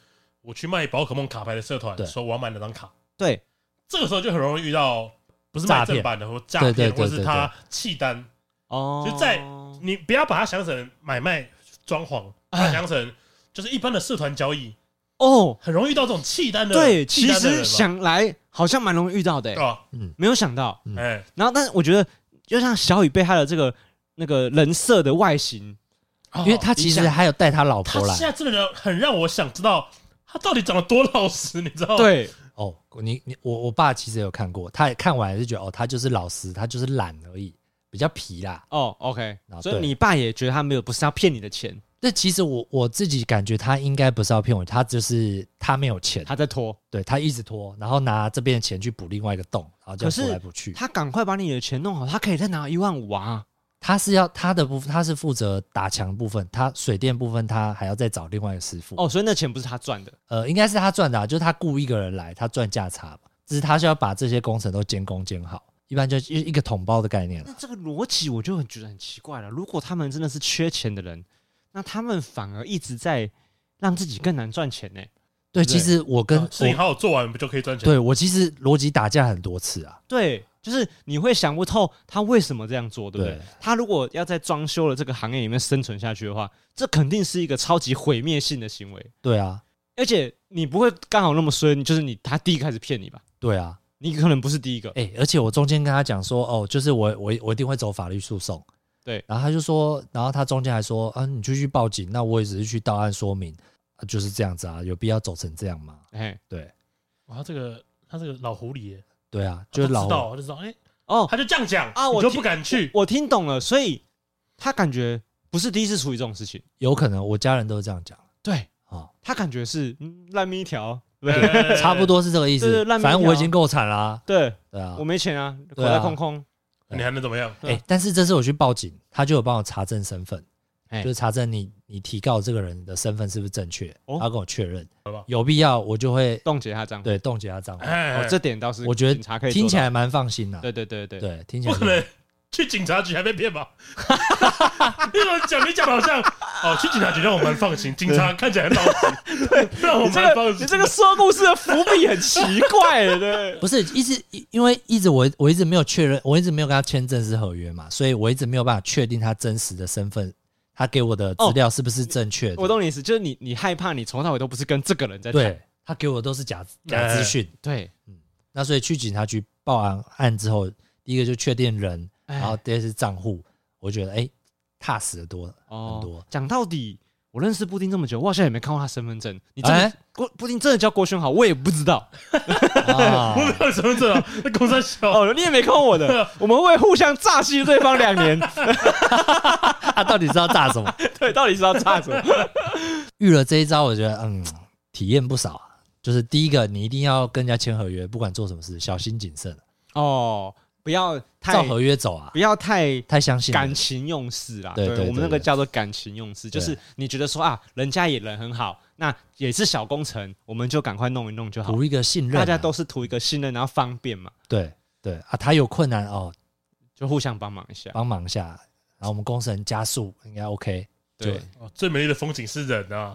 S3: 我去卖宝可梦卡牌的社团
S1: 对，
S3: 说我要买哪张卡，
S2: 对，
S3: 这个时候就很容易遇到不是
S1: 诈
S3: 卖
S1: 骗
S3: 正版的或诈
S1: 对对
S3: 骗，
S1: 对
S3: 或
S1: 对
S3: 是他弃单，
S2: 哦，
S3: 就在你不要把它想成买卖装潢，把它想成就是一般的社团交易，
S2: 哦，
S3: 很容易遇到这种契丹的。
S2: 对，
S3: 契
S2: 其
S3: 丹的人
S2: 实
S3: 嘛
S2: 想来好像蛮容易遇到
S3: 对
S2: 的、欸，
S3: 吧？
S2: 没有想到。
S1: 嗯
S3: 哎，
S2: 然后，但是我觉得，就像小雨被他的这个那个人设的外形，
S3: 哦
S1: 因为他其实还有带他老
S3: 他
S1: 婆来
S3: 现。在真的很让我想知道他到底长得多老实，你知道吗？，
S2: 对，
S1: 哦，你你我我爸其实也有看过，他也看完也是觉得哦，他就是老实，他就是懒而已，比较皮啦。
S2: 哦，OK，
S1: 啊
S2: 所以
S1: 对
S2: 你爸也觉得他没有不是要骗你的钱，
S1: 那其实我我自己感觉他应该不是要骗我，他就是他没有钱，
S2: 他在拖，
S1: 对他一直拖，然后拿这边的钱去补另外一个洞，然后这
S2: 可
S1: 样
S2: 是
S1: 补来补去。
S2: 他赶快把你的钱弄好，他可以再拿一万五啊。
S1: 他是要他的部分，他是负责打墙部分，他水电部分他还要再找另外一个师傅。
S2: 哦，所以那钱不是他赚的，
S1: 呃，应该是他赚的、啊，就是他雇一个人来，他赚价差嘛。只是他需要把这些工程都监工监好，一般就一一个统包的概念了
S2: 那。这个逻辑我就很觉得很奇怪了。如果他们真的是缺钱的人，那他们反而一直在让自己更难赚钱欸呢、对
S1: 对，
S2: 哦
S1: 其实我跟
S3: 事情
S1: 我
S3: 好好做完不就可以赚钱？
S1: 对我其实逻辑打架很多次啊，
S2: 对，就是你会想不透他为什么这样做，对不对？
S1: 对
S2: 他如果要在装修的这个行业里面生存下去的话，这肯定是一个超级毁灭性的行为。
S1: 对啊，
S2: 而且你不会刚好那么衰，就是你他第一个开始骗你吧？
S1: 对啊，
S2: 你可能不是第 一个，
S1: 哎、而且我中间跟他讲说，哦，就是我我我一定会走法律诉讼。
S2: 对
S1: 然后他就说，然后他中间还说，啊，你就去报警，那我也只是去到案说明，啊就是这样子啊，有必要走成这样吗？
S2: 哎，
S1: 对，
S3: 哇，他这个他这个老狐狸耶，
S1: 对啊，
S3: 他
S1: 就是
S3: 都
S1: 老
S3: 知道，他就知道，哎，
S2: 哦，
S3: 他就这样讲
S2: 啊我
S3: 我就
S2: 听
S3: 不敢去。
S2: 我听懂了，所以他感觉不是第一次处理这种事情，
S1: 有可能我家人都是这样讲
S2: 对
S1: 啊，
S2: 他感觉是嗯烂命一条，
S3: 对
S1: 差不。多是这个意
S2: 对
S1: 思
S2: 对。烂命
S1: 反正我已
S2: 条
S1: 经够惨啦，
S2: 对
S1: 对啊
S2: 我。啊没钱啊，口
S1: 对啊
S2: 袋空空，
S3: 你还能怎么样？
S1: 哎、但是这次我去报警，他就有帮我查证身份，
S2: 哎
S1: 就是查证你你提告这个人的身份是不是正确，
S2: 哦
S1: 他跟我确认
S3: 好吧，
S1: 有必要我就会
S2: 冻结他账户。
S1: 对冻结他账户。
S3: 哎
S2: 哦，这点倒是
S1: 我觉得
S2: 警察可以做到
S1: 听起来蛮放心的、
S2: 对对对对，
S1: 对，听起
S3: 不
S1: 来
S3: 可能去警察局还被骗吧？你怎么讲？你讲的好像哦，去警察局让我蛮放心，警察看起来很老实，让我
S2: 你这
S3: 蛮放
S2: 个你
S3: 心。
S2: 这个说故事的伏笔很奇怪，对，
S1: 不是一直因为一直我我一直没有确认，我一直没有跟他签正式合约嘛，所以我一直没有办法确定他真实的身份，他给我的资料是不是正确的？
S2: 哦我懂你意思，就是你你害怕你从头到尾都不是跟这个人在谈，
S1: 对他给我都是
S2: 哎
S1: 假假资讯，
S2: 对，
S1: 那所以去警察局报案案之后，第一个就确定人，
S2: 哎
S1: 然后第二是账户，我觉得哎、踏实的 多了很多。
S2: 哦讲到底，我认识布丁这么久，我好像也没看过他身份证。你真的、
S1: 哎
S2: 郭布丁真的叫郭轩豪，我也不知 道。
S1: 啊
S3: 我没有身份证啊，那公司小，
S2: 哦，你也没看过我的，我们会互相诈欺对方两 年。
S1: 他啊到底是要炸什么？
S2: 对，到底是要诈什么？
S1: 遇了这一招，我觉得嗯，体验不少啊。就是第一个，你一定要跟人家签合约，不管做什么事，小心谨慎，
S2: 哦，不要
S1: 照
S2: 太
S1: 合约走啊
S2: 不，要太
S1: 太相信了
S2: 感情用事啦。
S1: 对对
S2: 我们那
S1: 对
S2: 个
S1: 对
S2: 叫做感情用事，就是你觉得说啊，人家也人很好，那也是小工程，我们就赶快弄一弄就好。
S1: 图一个信任啊、
S2: 大家都是图一个信任，然后方便嘛，
S1: 对对啊，他有困难哦，
S2: 就互相帮忙一下。
S1: 帮忙一下，然后我们工程加速应该 OK。
S2: 对，
S3: 哦最美丽的风景是人啊，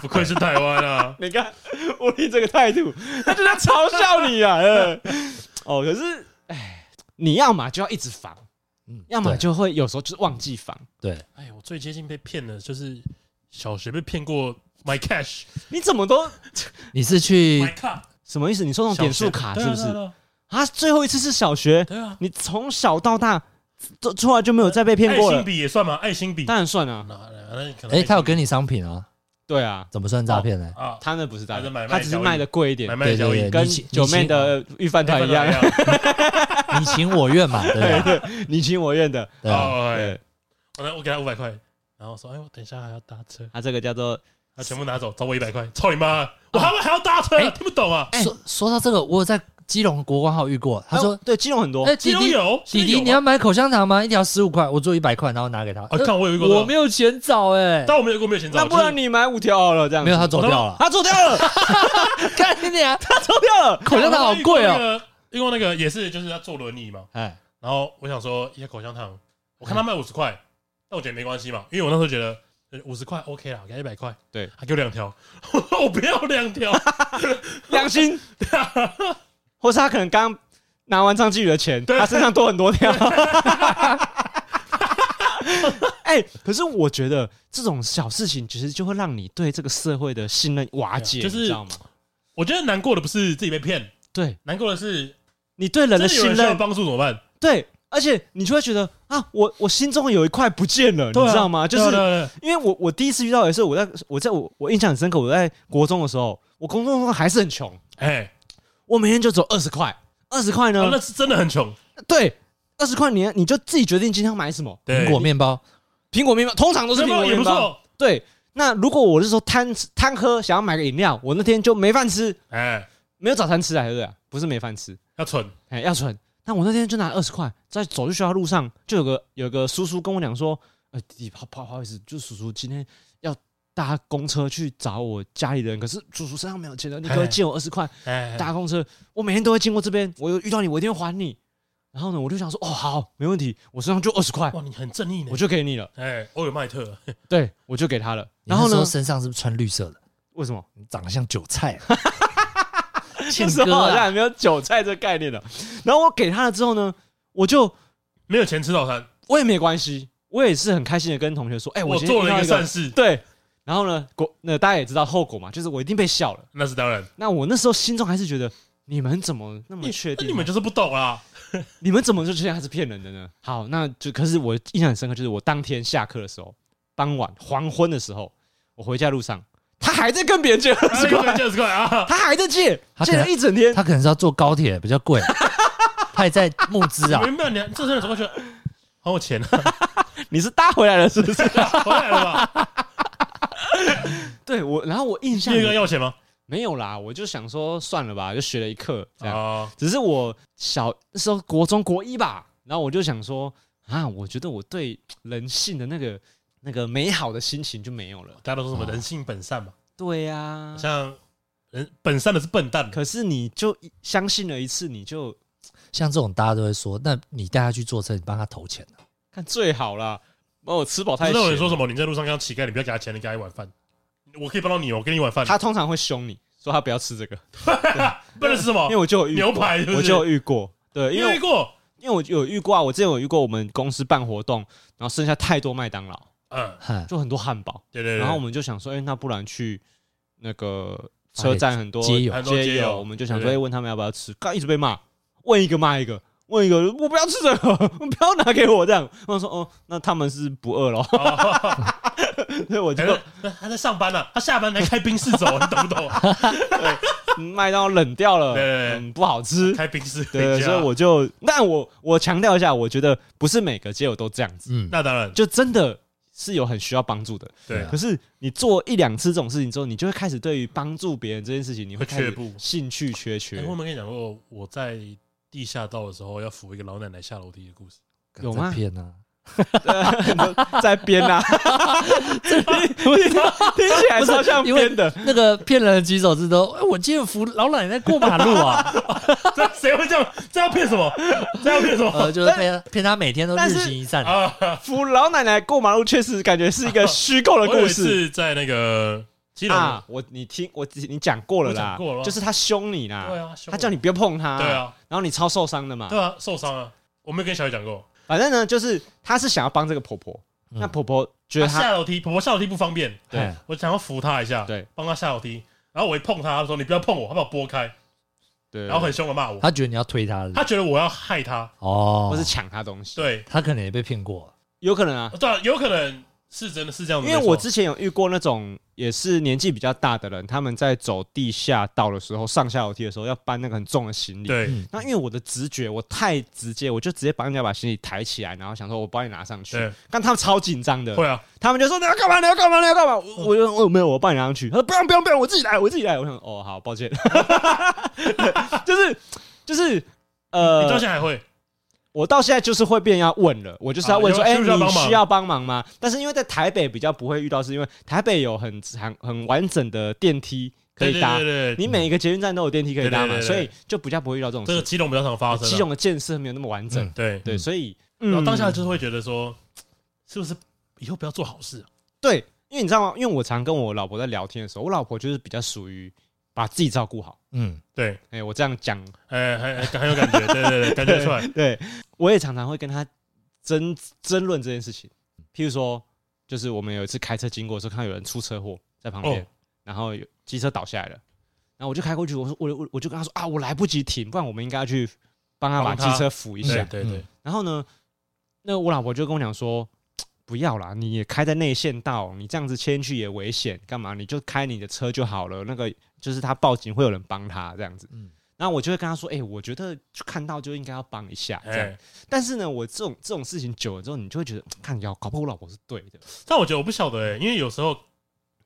S3: 不愧是台湾啊！
S2: 你看 我听这个态度， 他就在嘲笑你啊！ 呃哦，可是哎，你要嘛就要一直防，
S1: 嗯，
S2: 要么
S1: 对
S2: 就会有时候就是忘记防。
S1: 对，
S3: 哎，我最接近被骗的就是小学被骗过 my cash
S2: 你怎么都
S1: 你是去
S3: my card，
S2: 什么意思？你说那种点数卡是不
S3: 对啊
S2: 是？
S3: 对啊
S2: 啊，最后一次是小学，
S3: 对啊，
S2: 你从小到大都出来就没有再被骗
S3: 爱
S2: 过
S3: 心
S2: 了。
S3: 笔也算吗？爱心笔，
S2: 当然算啊，
S3: 那那可能
S1: 哎、他有
S3: 跟
S1: 给你商品啊？
S2: 对啊，
S1: 怎么算诈骗呢？
S3: 啊
S2: 他那不是大
S3: 还是买，卖
S2: 他只是
S3: 交易
S2: 卖的贵一点
S3: 买，卖
S1: 对
S3: 交
S1: 对
S3: 易
S1: 对，
S2: 跟
S1: 你请
S2: 九妹的预饭团一样，
S3: 啊
S1: 你情我愿 嘛，对吧？
S2: 你情我愿的。
S1: 对啊，
S3: 哦哎
S2: 对，
S3: 我来我给他五百块，然后我说，哎，我等一下还要搭车，
S2: 他这个叫做
S3: 他全部拿走，找我一百块，操你妈！我还会还要搭车
S1: 哎，
S3: 听不懂啊？
S1: 说说到这个，我有在基隆国光号遇过，他说
S2: 哎对，激动很多
S1: 哎、。
S3: 基
S1: 弟
S3: 隆
S1: 弟
S3: 有，啊
S1: 弟弟，你
S3: 要
S1: 要买口香糖吗？一条十五块，我做一百块，然后拿
S2: 哦
S1: 给他。
S3: 啊？
S1: 呃
S3: 看我有遇过这
S1: 我
S3: 种，
S1: 没有钱找哎、
S3: 但我没有遇过没有钱找，
S2: 那不然
S3: 你
S2: 你买五条好了，这样子
S1: 没有他走掉了，
S2: 他走掉了，
S1: 看你俩
S2: 他走掉了。
S1: 口香糖好贵哦、
S3: 哦。遇过那个也是，就是他坐轮椅嘛，
S1: 哎，
S3: 然后我想说一些口香糖，我看他卖五十块，但我觉得没关系嘛，因为我那时候觉得。呃五十块 OK 啦，给他一百块，
S2: 对，
S3: 还给我两条， 我说我不要两条，
S2: 良心，或是他可能刚拿完张继宇的钱，他身上多很 多条。哎、可是我觉得这种小事情，其实就会让你对这个社会的信任瓦解，
S3: 啊就是
S2: 你知道吗？
S3: 我觉得难过的不是自己被骗，
S2: 对
S3: 难过的是
S2: 你对人
S3: 真
S2: 的
S3: 的有
S2: 信
S3: 人需要
S2: 任，
S3: 帮助怎么办？
S2: 对，而且你就会觉得啊，我我心中有一块不见了，
S3: 对啊
S2: 你知道吗？就是
S3: 对啊对啊对啊
S2: 因为我我第一次遇到也是我在我在我我印象很深刻，我在国中的时候，我国中的时候还是很穷，
S3: 哎，
S2: 我每天就只有二十块，二十块呢，
S3: 啊那是真的很穷，
S2: 对，二十块你你就自己决定今天要买什么，
S3: 对哦
S1: 苹果面包，
S2: 苹果面包通常都是苹果
S3: 也
S2: 面
S3: 不
S2: 包，
S3: 错，
S2: 对。那如果我是说贪吃贪喝，想要买个饮料，我那天就没饭吃，
S3: 哎，
S2: 没有早餐吃啊，对不对啊？不是没饭吃，
S3: 要存，
S2: 哎，要存。那我那天就拿二十块，在走去学校路上，就有个有个叔叔跟我讲说，呃，弟弟，不不好意思，就是叔叔今天要搭公车去找我家里人，可是叔叔身上没有钱了，你可不可以借我二十块？
S3: 哎，
S2: 搭公车，我每天都会经过这边，我有遇到你，我一定会还你。然后呢，我就想说，哦，好，没问题，我身上就二十块，
S3: 哇，你很正义呢
S2: 我，就给你了。
S3: 哎，欧尔麦特，
S2: 对，我就给他了。
S1: 你那
S2: 然后
S1: 时候
S2: 呢？
S1: 身上是不是穿绿色的？
S2: 为什么？
S1: 你长得像韭菜、啊，
S2: 那
S1: 欠
S2: 时
S1: 哥
S2: 候好像
S1: 啊！
S2: 还没有韭菜这概念的。然后我给他了之后呢，我就
S3: 没有钱吃早餐，
S2: 我也没关系，我也是很开心的跟同学说，哎、
S3: 我
S2: 今天
S3: 做了一
S2: 遇到
S3: 个
S2: 一
S3: 善
S2: 个
S3: 事，
S2: 对。然后呢，果那大家也知道后果嘛，就是我一定被笑了。
S3: 那是当然。
S2: 那我那时候心中还是觉得，你们怎么那么确
S3: 那
S2: 定？啊
S3: 你们就是不懂啊啦。
S2: 你们怎么就确定他是骗人的呢？好，那就可是我印象很深刻，就是我当天下课的时候，傍晚黄昏的时候，我回家路上，他还在跟别人借二十块，
S3: 就是怪啊！
S2: 他还在借，
S1: 他可
S2: 借
S1: 能
S2: 了一整天。
S1: 他可能是要坐高铁，比较贵， 他也在募资啊
S3: 我。明白，你这真的怎么觉得很有钱啊？
S2: 你是搭回来了是不是？
S3: 回来了吧？
S2: 对我，然后我印象
S3: 第二个要钱吗？
S2: 没有啦，我就想说算了吧，就学了一课这样。
S3: 啊，
S2: 只是我小那时候国中国一吧，然后我就想说啊，我觉得我对人性的那个那个美好的心情就没有了。
S3: 大家都说什么人性本善嘛，
S2: 对呀、啊
S3: 好，像人本善的是笨蛋，
S2: 可是你就一相信了一次，你就
S1: 像这种大家都会说，那你带他去坐车，你帮他投钱啊
S2: 看最好啦。帮我吃饱太
S3: 知道有
S2: 闲
S3: 人。说什么？你在路上看到乞丐，你不要给他钱，你给他一碗饭。我可以帮到你，我给你一碗饭。
S2: 他通常会凶你说他不要吃这个，
S3: 不然是什
S2: 因
S3: 么
S2: 为？我就有遇过
S3: 哦牛排是不是
S2: 我就有遇过。对，因
S3: 因
S2: 为
S3: 为过，
S2: 因为我有遇过啊，我之前有遇过我们公司办活动，然后剩下太多麦当劳，
S3: 嗯，
S1: 哼。
S2: 就很多汉堡，
S3: 对对对。
S2: 然后我们就想说，哎、那不然去那个车站很多
S1: 街友
S3: 很多
S2: 街
S3: 街友
S2: 友，我们就想说，
S3: 对
S2: 哎、
S3: 对
S2: 问他们要不要吃，刚一直被骂，问一个骂一个，问一个我不要吃这个，不要拿给我这样。我想说，哦，那他们是不饿咯， 所以我就
S3: 哎那他在上班呢、他下班来开冰室走，你懂 不懂？
S2: 麦当劳冷掉了，
S3: 对对对
S2: 嗯，不好吃。
S3: 开冰室回
S2: 对，
S3: 家。
S2: 所以我就，但我我强调一下，我觉得不是每个街友都这样子，
S1: 嗯，
S3: 那当然
S2: 就真的是有很需要帮助的。
S3: 对啊
S2: 可是你做一两次这种事情之后，你就会开始对于帮助别人这件事情，你会
S3: 会
S2: 开始
S3: 却步
S2: 兴趣缺缺。
S3: 哎我们跟你讲过，我在地下道的时候要扶一个老奶奶下楼梯的 故事。
S2: 有吗
S1: 在骗啊！
S2: 在编 啊，听起来超像
S1: 因为
S2: 编的。
S1: 那个骗人的举手之都，哎我今天扶老奶奶过马路啊，
S3: 这谁会这样？这要骗什么？这要骗什 么？
S1: 呃，就是骗他骗他每天都
S2: 但
S1: 日
S2: 是
S1: 行一 善，
S3: 啊！
S2: 扶老奶奶过马路，确实感觉是一个虚构的
S3: 我有
S2: 故
S3: 一
S2: 事
S3: 次在那个基隆，
S2: 啊。我你听我你讲过了
S3: 我
S2: 啦
S3: 讲过了，
S2: 就是他凶你啦，
S3: 对啊凶我
S2: 他叫你不要碰他，
S3: 对，啊，
S2: 然后你超受伤的嘛
S3: 对。啊，受伤啊！我没有跟小雨讲过，
S2: 反正呢，就是他是想要帮这个婆婆，
S1: 嗯
S2: 那婆婆觉
S3: 她
S2: 得他
S3: 下楼梯，婆婆下楼梯不方便，
S2: 对
S1: 哎
S3: 我想要扶她一下，
S2: 对，
S3: 帮她下楼梯。然后我一碰她，她说你不要碰我，她把我拨开，
S2: 对，
S3: 然后很凶的骂我，
S1: 他觉得你要推他是不
S3: 她
S1: 是，
S3: 觉得我要害她，
S1: 哦，
S2: 或是抢他东西，，
S3: 对，
S1: 他可能也被骗过，
S2: 有可能啊。
S3: 对啊，有可能是真的是这样
S2: 因
S3: 子，
S2: 为
S3: 没错
S2: 我之前有遇过那种也是年纪比较大的人，他们在走地下道的时候，上下楼梯的时候要搬那个很重的行李。
S3: 对
S1: 嗯，
S2: 那因为我的直觉，我太直接，我就直接帮人家把行李抬起来，然后想说我帮你拿上去
S3: 对。
S2: 但他们超紧张的，
S3: 会啊，
S2: 他们就说你要干嘛？你要干嘛？你要干嘛？我我就我没有，我帮你拿上去。他说不用不用不用，我自己来，我自己来。我想哦好，抱歉，就是就是呃
S3: 你到，现在还会，
S2: 我到现在就是会变要问了，我就是要问说，
S3: 啊
S2: 哎、
S3: 需不需要
S2: 你
S3: 帮忙
S2: 需要帮忙吗？但是因为在台北比较不会遇到，是因为台北有很很很完整的电梯可以搭
S3: 对，对对对，
S2: 你每一个捷运站都有电梯可以搭嘛，
S3: 对对对对
S2: 所以就比较不会遇到这种
S3: 这个
S2: 事。
S3: 激动比较常发生啊，
S2: 基隆的建设没有那么完整，
S1: 嗯
S3: 对，
S2: 对，所以
S3: 然后当下就是会觉得说，是不是以后不要做好事啊？
S2: 对，因为你知道吗？因为我常跟我老婆在聊天的时候，我老婆就是比较属于把自己照顾好。
S1: 嗯，
S3: 对，
S2: 哎、我这样讲，
S3: 哎，很很很有感觉，对对 对，感觉出 来，
S2: 对我也常常会跟她争争论这件事情。譬如说，就是我们有一次开车经过的时候，看到有人出车祸在旁边，
S3: 哦
S2: 然后有机车倒下来了，然后我就开过去，我说我我我就跟她说啊，我来不及停，不然我们应该要去帮她把
S3: 帮她
S2: 机车扶一
S3: 对
S2: 下。
S3: 对对，
S2: 然后呢，那我老婆就跟我讲说，不要啦，你也开在内线道，你这样子切进去也危险，干嘛？你就开你的车就好了。那个就是他报警会有人帮他这样子。
S1: 嗯
S2: 然后我就会跟他说，哎、我觉得就看到就应该要帮一下这样。
S3: 哎，
S2: 但是呢，我这种这种事情久了之后，你就会觉得，看，要搞不好我老婆是对的。
S3: 但我觉得我不晓得哎，因为有时候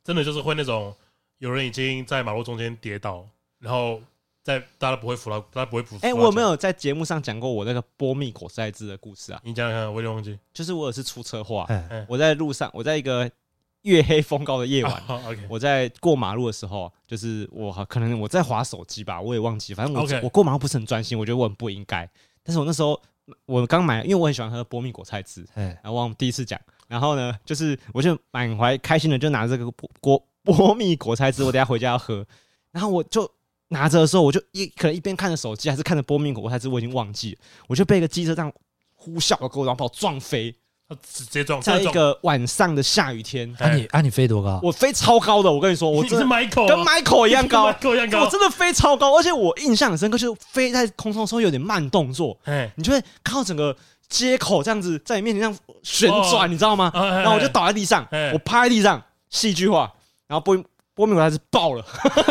S3: 真的就是会那种有人已经在马路中间跌倒，然后在大家不会扶到，大家不会扶。
S2: 哎、
S3: 扶到
S2: 我有没
S3: 墙，
S2: 有在节目上讲过我那个波密果塞汁的故事啊，
S3: 你讲讲看，我有点忘 记。
S2: 就是我有一次出车祸啊、
S1: 哎，
S2: 我在路上，我在一个月黑风高的夜晚，
S3: 好，OK，
S2: 我在过马路的时候，就是我好可能我在划手机吧，我也忘记，反正我
S3: OK
S2: 我过马路不是很专心，我觉得我很不应该。但是我那时候我刚买，因为我很喜欢喝波蜜果菜汁，
S1: 哎，
S2: 然后我第一次讲，然后呢，就是我就满怀开心的就拿这个波波波蜜果菜汁，我等一下回家要喝，然后我就。拿着的时候，我就一可能一边看着手机，还是看着波蜜果菜汁，我已经忘记了，我就被一个机车这样呼啸而过，然后把我撞飞，
S3: 他直接撞，
S2: 在
S3: 这
S2: 一
S3: 种
S2: 个晚上的下雨天，
S1: 啊你啊你飞多高？
S2: 我飞超高的，我跟你说，我
S3: 你
S2: 真
S3: 是
S2: 的
S3: Michael，
S2: 跟
S3: 啊
S2: Michael 一样高，
S3: 跟 Michael 一样高
S2: 我真的飞超高，而且我印象很深刻，就是飞在空中的时候有点慢动作，
S3: 哎，
S2: 你就会看到整个接口这样子在你面前这样旋转，
S3: 哦
S2: 你知道吗？
S3: 哦嘿嘿
S2: 然后我就倒在地上
S3: 嘿，
S2: 我趴在地上，戏剧化。然后波波米我还是爆了，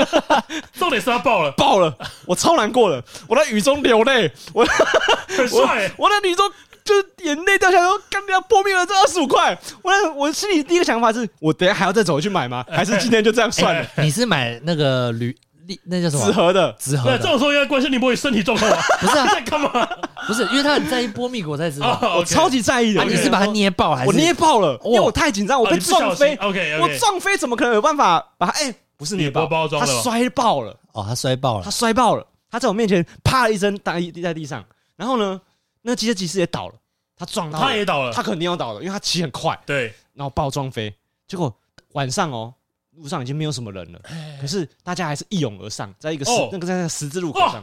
S3: 哎重点是他爆 了，
S2: 爆了，我超难过了，我在雨中流泪，我
S3: 很帅，
S2: 我在雨中就是眼泪掉下来，说干掉波米了这二十五块。我在我心里第一个想法是，我等一下还要再走回去买吗？还是今天就这样算了？
S1: 哎你是买那个铝粒那叫什
S2: 纸
S1: 么
S2: 盒的，
S1: 纸盒
S3: 那这
S1: 的？
S3: 种时候应该关心你不会身体状况吧？
S1: 不是啊
S3: 你，在 干嘛？哦
S1: 不是，因为他很在意波蜜果在知道。啊，
S3: 我
S2: 我超级在意的。
S1: 你是把它捏爆还是？
S2: 我捏爆了，因为我太紧张，
S3: 啊哦
S2: 我被撞飞。
S3: OK，
S2: 我撞飞怎么可能有办法把它？哎、不是捏
S3: 你
S2: 爆，
S3: 不包装啊
S2: 它
S3: 了吧
S2: 摔爆了，
S1: 哦，他摔爆了
S2: 它。摔爆了，它在我面前啪一声打一滴在地上，然后呢，那机械技师也倒了，他撞到了
S3: 他也倒了，
S2: 他肯定要倒了，因为他骑很快，
S3: 对，
S2: 然后爆撞飞，结果晚上哦。路上已经没有什么人了，可是大家还是一拥而上，在一个十、
S3: 哎哦
S2: 那个在那个十字路口上，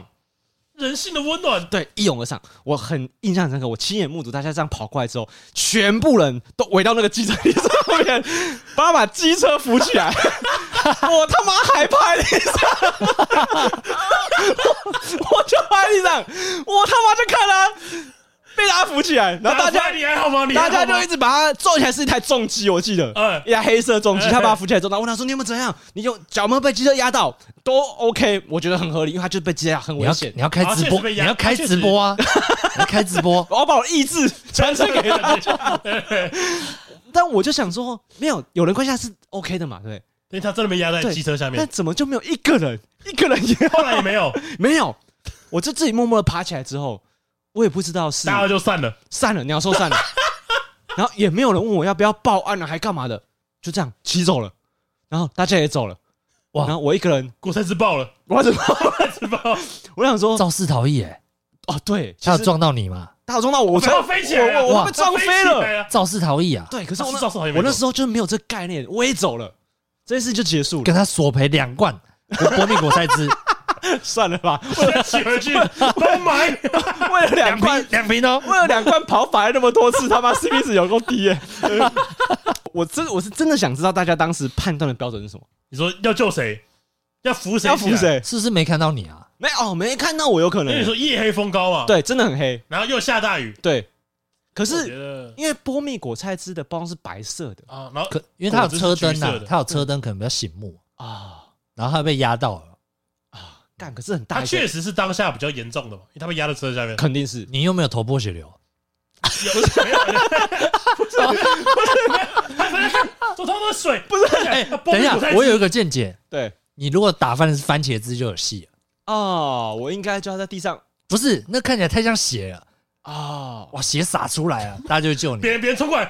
S3: 人性的温暖，
S2: 对，一拥而上。我很印象深刻，我亲眼目睹大家这样跑过来之后，全部人都围到那个机车上面， 把他把机车扶起来。 我他妈还拍地上，我我就拍地上，我他妈就看他被他扶起来，然后大家
S3: 打坏你哎还好吗？你还
S2: 大
S3: 好吗
S2: 家就一直把他揍起来，是一台重机，我记得，
S3: 嗯
S2: 一台黑色重机，
S3: 嗯
S2: 他把他扶起来之后，然后问他说：“你有没有怎样？你有脚有没有被机车压到？”都 OK，我觉得很合理，因为他就是被机车压，很
S1: 你
S2: 危
S1: 要
S2: 险
S1: 你。要开
S3: 啊
S1: 直
S3: 确
S1: 播，
S3: 实被
S1: 你
S3: 压
S1: 要开直播啊！ 你要开直播，
S2: 我要把我的意 志传承给他。
S3: 因
S2: 但我就想说，没有有人关下是 OK 的嘛，对不
S3: 为他真的被压在机车下
S2: 对？但
S3: 面，
S2: 怎么就没有一个人，一个人也
S3: 后来也 没有，
S2: 没有？我就自己默默的爬起来之后，我也不知道是
S3: 大家就散了。
S2: 散了，鸟兽 散了，然后也没有人问我要不要报案了、还干嘛的，就这样骑走了，然后大家也走了，
S1: 哇
S2: 然后我一个人，
S3: 果菜汁爆了，
S2: 我怎么？
S3: 汁爆，
S2: 我想说，
S1: 肇事逃逸哎，
S2: 哦，对，
S1: 他
S2: 他
S1: 有撞到你吗？
S2: 他有撞到我，我才
S3: 他要飞起来了
S2: 我我我被
S3: 他
S2: 撞飞
S3: 起
S2: 了，
S3: 来了。
S1: 肇事逃逸啊！
S2: 对，可是
S3: 他
S2: 我
S3: 是
S2: 那
S3: 肇事逃逸没
S2: 我那
S3: 错
S2: 时候就没有这个概念，我也走了，这件事就结束
S1: 跟
S2: 了，
S1: 他索赔两罐波蜜果菜汁，
S2: 算了吧，
S3: 我先骑回去，都买。
S2: 为了两块
S1: 瓶两瓶哦。
S2: 为了两罐跑法那么多次，他妈 CP 值有够低耶、 我真我是真的想知道大家当时判断的标准是什么？
S3: 你说要救谁？要扶谁？
S2: 要扶？谁？
S1: 是不是没看到你啊？
S2: 没哦，没看到我有可
S3: 因为
S2: 能
S3: 你。说夜黑风高嘛，，
S2: 对，真的很黑。
S3: 然后又下大雨，
S2: 对，
S3: 可
S2: 可是因为波蜜果菜汁的包装是白色的
S3: 啊，然后
S1: 可因为他有车
S3: 果汁
S1: 灯
S3: 是橘色
S1: 啊
S3: 的，嗯
S1: 他有车灯可能比较醒目，
S2: 啊
S1: 然后他被压到了。
S2: 啊，干可是很大一
S3: 他
S2: 个，
S3: 确实是当下比较严重的嘛，因为他被压在车下面。
S2: 肯定是
S1: 你又没有头破血流，
S3: 没有，不是，不是，他在看我头的水，不是，哎，
S1: 等一下，我有一个见解，
S2: 对
S1: 你如果打翻的是番茄汁就有戏了，
S2: 哦，我应该就要在地上
S1: 不是？那看起来太像血了，
S2: 啊。
S1: 哇，血洒出来啊，大家就会救你
S3: 别。人别人冲过来，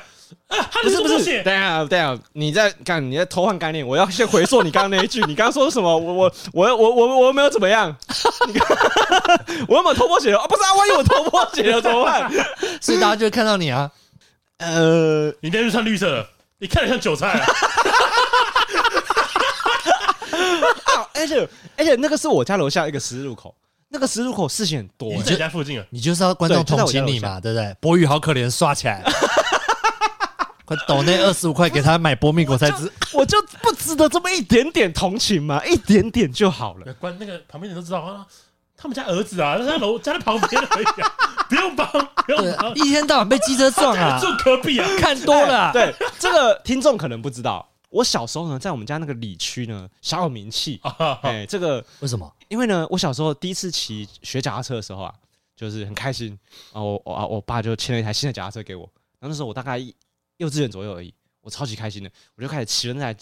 S3: 啊，他
S2: 不是不是，
S3: 血，
S2: 等一下等一下，你在干你在偷换概念，我要先回溯你刚刚那一句， 你刚刚说什么？我我我我我我又没有怎么样， 你刚我有没有头破血流？啊，不是啊，万一我头破血流怎么办？
S1: 所以大家就会看到你啊。
S2: 呃，
S3: 你那就穿绿色的，你看着像韭菜 啊，
S2: 啊而且而且那个是我家楼下一个十字路口，那个十字路口事情很多、
S3: 你
S2: 欸
S3: 在你家附近啊，
S1: 你就是要观众
S2: 对就在
S1: 同
S2: 我家
S1: 情你嘛，对不对？博宇好可怜，刷起来， 快抖那二十五块给他买波蜜果菜汁。
S2: 我就不值得这么一点点同情吗？一点点就好了。
S3: 关那个旁边人都知道啊，他们家儿子啊，在楼家在旁边而已 啊，不用帮，不
S1: 对
S3: 用
S1: 啊，
S3: 帮，
S1: 一天到晚被机车撞 啊，
S3: 住隔壁啊，
S1: 看多了啊。
S2: 对，这个听众可能不知道，我小时候呢，在我们家那个里区呢，小有名气。哎、这个
S1: 为什么？
S2: 因为呢，我小时候第一次骑学脚踏车的时候啊，就是很开心啊，我我啊我爸就签了一台新的脚踏车给我，然后那时候我大概一幼稚园左右而已，我超级开心的，我就开始骑着那台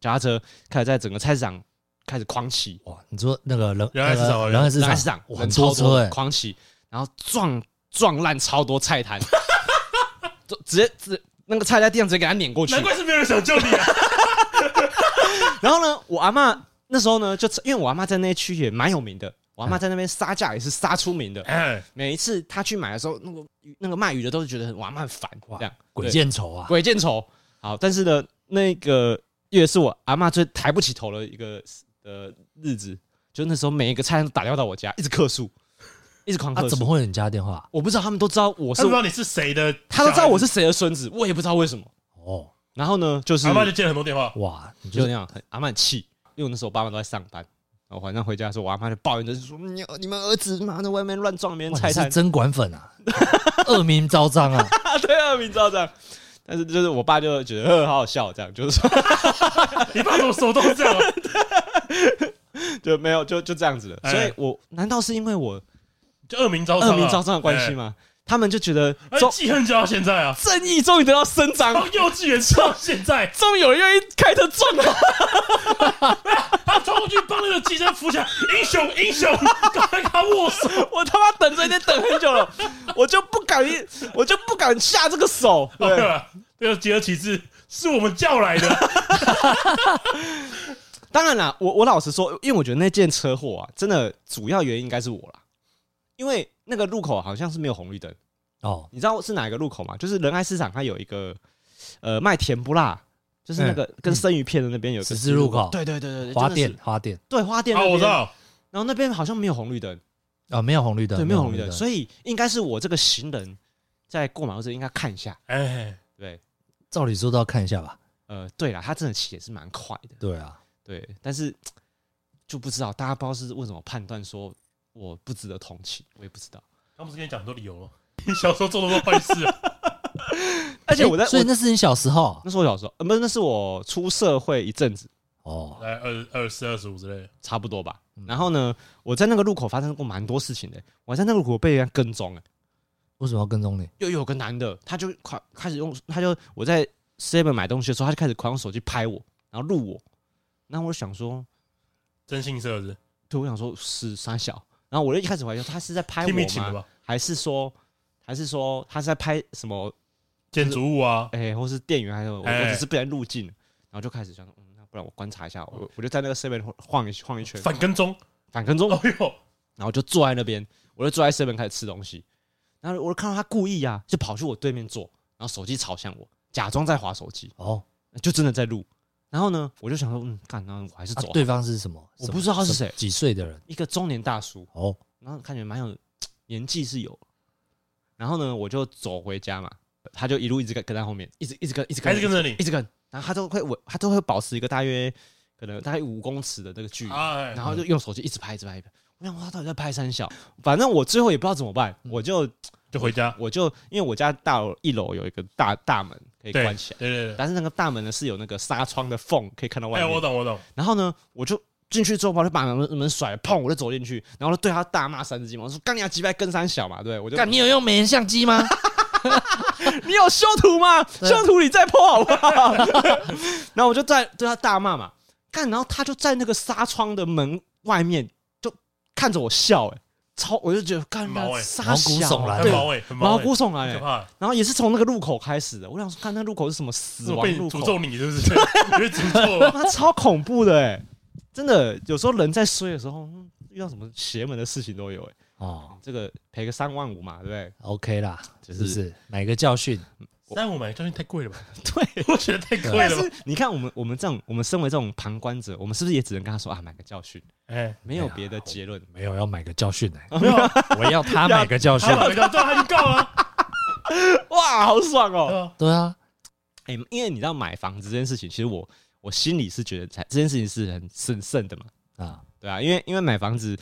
S2: 脚踏车，开始在整个菜市场开始狂骑，
S1: 哇，你说那个人
S3: 人海市场啊
S1: 人海市
S2: 人海
S1: 场，
S2: 市场人
S1: 哇很
S2: 超
S1: 多车哎，
S2: 狂骑，然后撞撞烂超多菜摊， 就直接直那个菜在地上直接给他碾过去
S3: 难。怪是没有人想救你啊，
S2: 然后呢，我阿嬷那时候呢，就因为我阿嬷在那一区也蛮有名的，我
S1: 嗯
S2: 阿嬷在那边杀价也是杀出名的。
S3: 哎，
S2: 每一次她去买的时候，那个鱼那个卖鱼的都是觉得我阿嬷很烦，
S1: 哇
S2: 这样
S1: 鬼
S2: 对
S1: 见愁啊！
S2: 鬼见愁。好，但是呢，那个月是我阿嬷最抬不起头的一个呃日子，就那时候每一个菜摊都打电话到我家，一直客诉。一直狂
S1: 他
S2: 喝。
S1: 啊怎么？会有你家的电话？
S2: 我不知道，他们都知道我
S3: 他
S2: 是
S3: 不，知道你是谁的小孩，
S2: 他都知道我是谁的孙子，我也不知道为什么。
S1: 哦，
S2: 然后呢，就是
S3: 阿妈就接了很多 电话，
S1: 哇，你就
S2: 就那样，很阿妈很气，因为我那时候我爸妈都在上班，然后晚上回家的时候，我阿妈就抱怨着说：“你你们儿子妈在外面乱撞别人
S1: 哇
S2: 菜
S1: 你是
S2: 摊，
S1: 真管粉啊， 恶名昭彰啊！
S2: 对啊，明知道这样。”但是就是我爸就觉得呃呵好好笑，这样就是说
S3: 你爸怎么手都是这样啊？
S2: 就没有就就这样子了。
S3: 哎
S2: 所以我难道是因为我
S3: 就恶名昭彰啊，
S2: 恶名昭彰的关系
S3: 哎？
S2: 吗？他们就觉得
S3: 哎哦
S2: 终
S3: 记恨就到现在啊，
S2: 正义终于得到伸张，
S3: 从幼稚园吃到现在，
S2: 终于有人愿意开车撞了。
S3: 他冲过去帮那个机身扶起来，英雄英雄， 赶快跟他握手。
S2: 我他妈等这一天等很久了， 我就不敢，我就不敢下这个手。
S3: 哦没有
S2: 对，
S3: 了，这个集合旗帜是我们叫来 的，
S2: 当然啦，我我老实说，因为我觉得那件车祸啊，真的主要原因应该是我啦，因为那个路口好像是没有红绿灯，
S1: 哦，
S2: 你知道是哪一个路口吗？就是仁爱市场，它有一个呃卖甜不辣，就是那个跟生鱼片的那边有个
S1: 十字路口
S2: 对对对对，对
S1: 花，
S2: 真
S1: 店
S2: 的是
S1: 花店
S2: 对花店，
S3: 哦好，我知。道，
S2: 然后那边好像没有红绿灯，
S1: 啊，没有红绿灯，
S2: 对，没有红绿灯，
S1: 以
S2: 所以应该是我这个行人在过马路时应该看一下，
S3: 哎，
S2: 对，
S1: 照理说都要看一下吧。
S2: 呃，对啦，他真的骑也是蛮快的，
S1: 对啊，
S2: 对，但是就不知道大家不知道是为什么判断说我不值得同情，我也不知道。
S3: 刚不是跟你讲很多理由吗？你小时候做那么多坏事 啊，
S2: 而且我在
S1: 诶所以
S2: 我
S1: 那是你小时候
S2: 那时候我小时候，呃，不是，那是我出社会一阵子，
S1: 哦，
S3: 来二二四二十五之类的，
S2: 差不多吧。
S3: 嗯
S2: 然后呢，我在那个路口发生过蛮多事情的、我在那个路口被人家跟踪、欸，
S1: 为什么要跟踪你？
S2: 又有个男的，他就快开始用，他就我在 seven 买东西的时候，他就开始狂用手机拍我，然后录我。然后我就想说，
S3: 真性色是
S2: 对，我想说是傻小。然后我就一开始怀疑说他是在拍我
S3: 听你请
S2: 吗
S3: 的？吧？
S2: 还是说，还是说他是在拍什么？
S3: 建筑物啊，
S2: 哎、或是店员，还是我，
S3: 哎
S2: 我只是不然入境，然后就开始想说，嗯，那不然我观察一下，我我就在那个 seven 晃一晃一圈，
S3: 哦反跟踪，
S2: 反跟踪，
S3: 哦呦，
S2: 然后就坐在那边，我就坐在 seven 开始吃东西，然后我就看到他故意啊，就跑去我对面坐，然后手机朝向我，假装在划手机，
S1: 哦，
S2: 就真的在录。然后呢，我就想说，嗯，干，然后我还是
S1: 啊
S2: 走好了、
S1: 对方是什么？
S2: 我
S1: 什么
S2: 不知道他是
S1: 什么
S2: 谁
S1: 几岁的人？
S2: 一个中年大叔，
S1: 哦，
S2: 然后看起来蛮有年纪是有。然后呢，我就走回家嘛，他就一路一直跟跟在后面，一直一直跟，一直跟，
S3: 还是跟着你
S2: 一直跟，然后他都会我他都会保持一个大约可能大概五公尺的那个距离，
S3: 哎
S2: 然，后就用手机一直拍，一直拍，一直拍。我想说他到底在拍三小，反正我最后也不知道怎么办，
S3: 嗯
S2: 我就
S3: 就回家，
S2: 我就因为我家大楼一楼有一个大大门可以
S3: 对，
S2: 关
S3: 对
S2: 起来，
S3: 对对，
S2: 但是那个大门呢是有那个纱窗的缝可以看到外
S3: 哎，我
S2: 面，
S3: 懂我懂，
S2: 然后呢我就。进去之后，我就把门门甩了，砰！我就走进去，然后就对他大骂三字经嘛，我说：“干你啊，鸡掰跟三小嘛，对不对我就
S1: 干，你有用美颜相机吗？
S2: 你有修图吗？
S1: 对
S2: 修图你再泼好不好？ 然后我就在对他大骂嘛，干，然后他就在那个纱窗的门外面就看着我笑、欸，超，我就觉得干
S3: 毛欸
S2: 傻
S1: 毛骨悚然
S2: 小，
S3: 很
S2: 啊对，
S3: 毛哎，很
S2: 毛
S3: 毛哎，
S2: 骨悚然、
S3: 可
S2: 欸，
S3: 怕，
S2: 然后也是从那个路口开始的，我想说，看那路口是什么
S3: 是
S2: 死
S3: 我
S2: 亡
S3: 被你
S2: 路
S3: 诅
S2: 口
S3: 咒，你是不是？ 因为诅咒我，
S2: 妈超恐怖的、欸，真的，有时候人在衰的时候，嗯遇到什么邪门的事情都有、欸，
S1: 哦
S2: 这个赔个三万五嘛，对不对？
S1: ，OK 啦，
S2: 就是
S1: 不是买个教训？
S3: 三五买教训太贵了吧？
S2: 对，
S3: 我觉得太贵
S2: 但
S3: 了吧
S2: 是？你看，我们我们这种，我们身为这种旁观者，我们是不是也只能跟他说啊，买个教训，
S3: 哎，
S2: 没有别的结论。
S1: 没有要买个教训 哎，
S3: 没
S2: 啊
S3: 有，
S1: 我要他买个教训
S3: 他。买个对，他就告了，哎
S2: 哇，好爽
S3: 对
S2: 哦！
S3: 吧？
S1: 对啊，
S2: 哎、因为你知道买房子这件事情，其实我我心里是觉得才这件事情是很神圣的嘛，
S1: 啊，
S2: 对啊，因为因为买房子，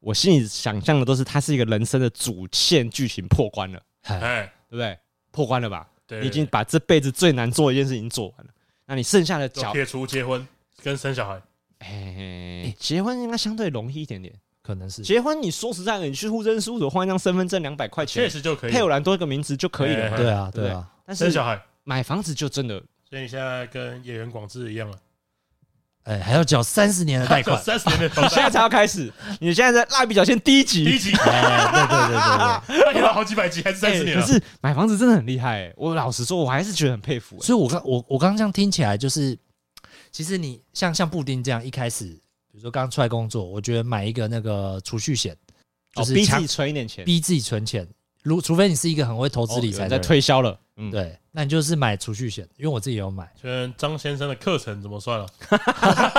S2: 我心里想象的都是它是一个人生的主线剧情破关了，
S1: 嗨，
S3: 哎，
S2: 对不对？破关了吧？
S3: 对，
S2: 你已经把这辈子最难做的一件事情做完了，那你剩下的
S3: 就
S2: 脚，
S3: 撇除结婚跟生小孩，
S2: 哎、结婚应该相对容易一点点。
S1: 可能是
S2: 结婚，你说实在的，你去户政事务所换一张身份证，两百块钱
S3: 确，实就可以
S2: 配偶栏多一个名字就可以了嘛。
S1: 对啊，对
S2: 对
S1: 啊，
S2: 但
S3: 生
S2: 是
S3: 小孩。
S2: 买房子就真的
S3: 所以你现在跟演员广志一样了，。
S1: 哎，还要缴三十年的贷 款
S3: 三十年的房
S2: 你现在
S3: 贷，
S2: 才要开始，你现在在蜡笔小新第一
S3: 第一
S2: 集，
S3: 集
S1: 哎，对对对对对。
S3: 他演了好几百集，还是三十年
S2: 哎
S3: 了
S2: 可。是买房子真的很厉害、欸，我老实说，我还是觉得很佩服、欸。
S1: 所以我刚我我刚刚这样听起来，就是其实你像像布丁这样一开始，比如说刚出来工作，我觉得买一个那个储蓄险，就
S2: 哦，
S1: 是
S2: 逼自
S1: 强
S2: 己存一点钱，哦
S1: 逼自己存钱。如除非你是一个很会投资
S2: 有
S1: 理
S2: 人
S1: 财的
S2: 在
S1: 人，
S2: 推销了，嗯，
S1: 对，那你就是买储蓄险，因为我自己有买。
S3: 确认张先生的课程怎么算了？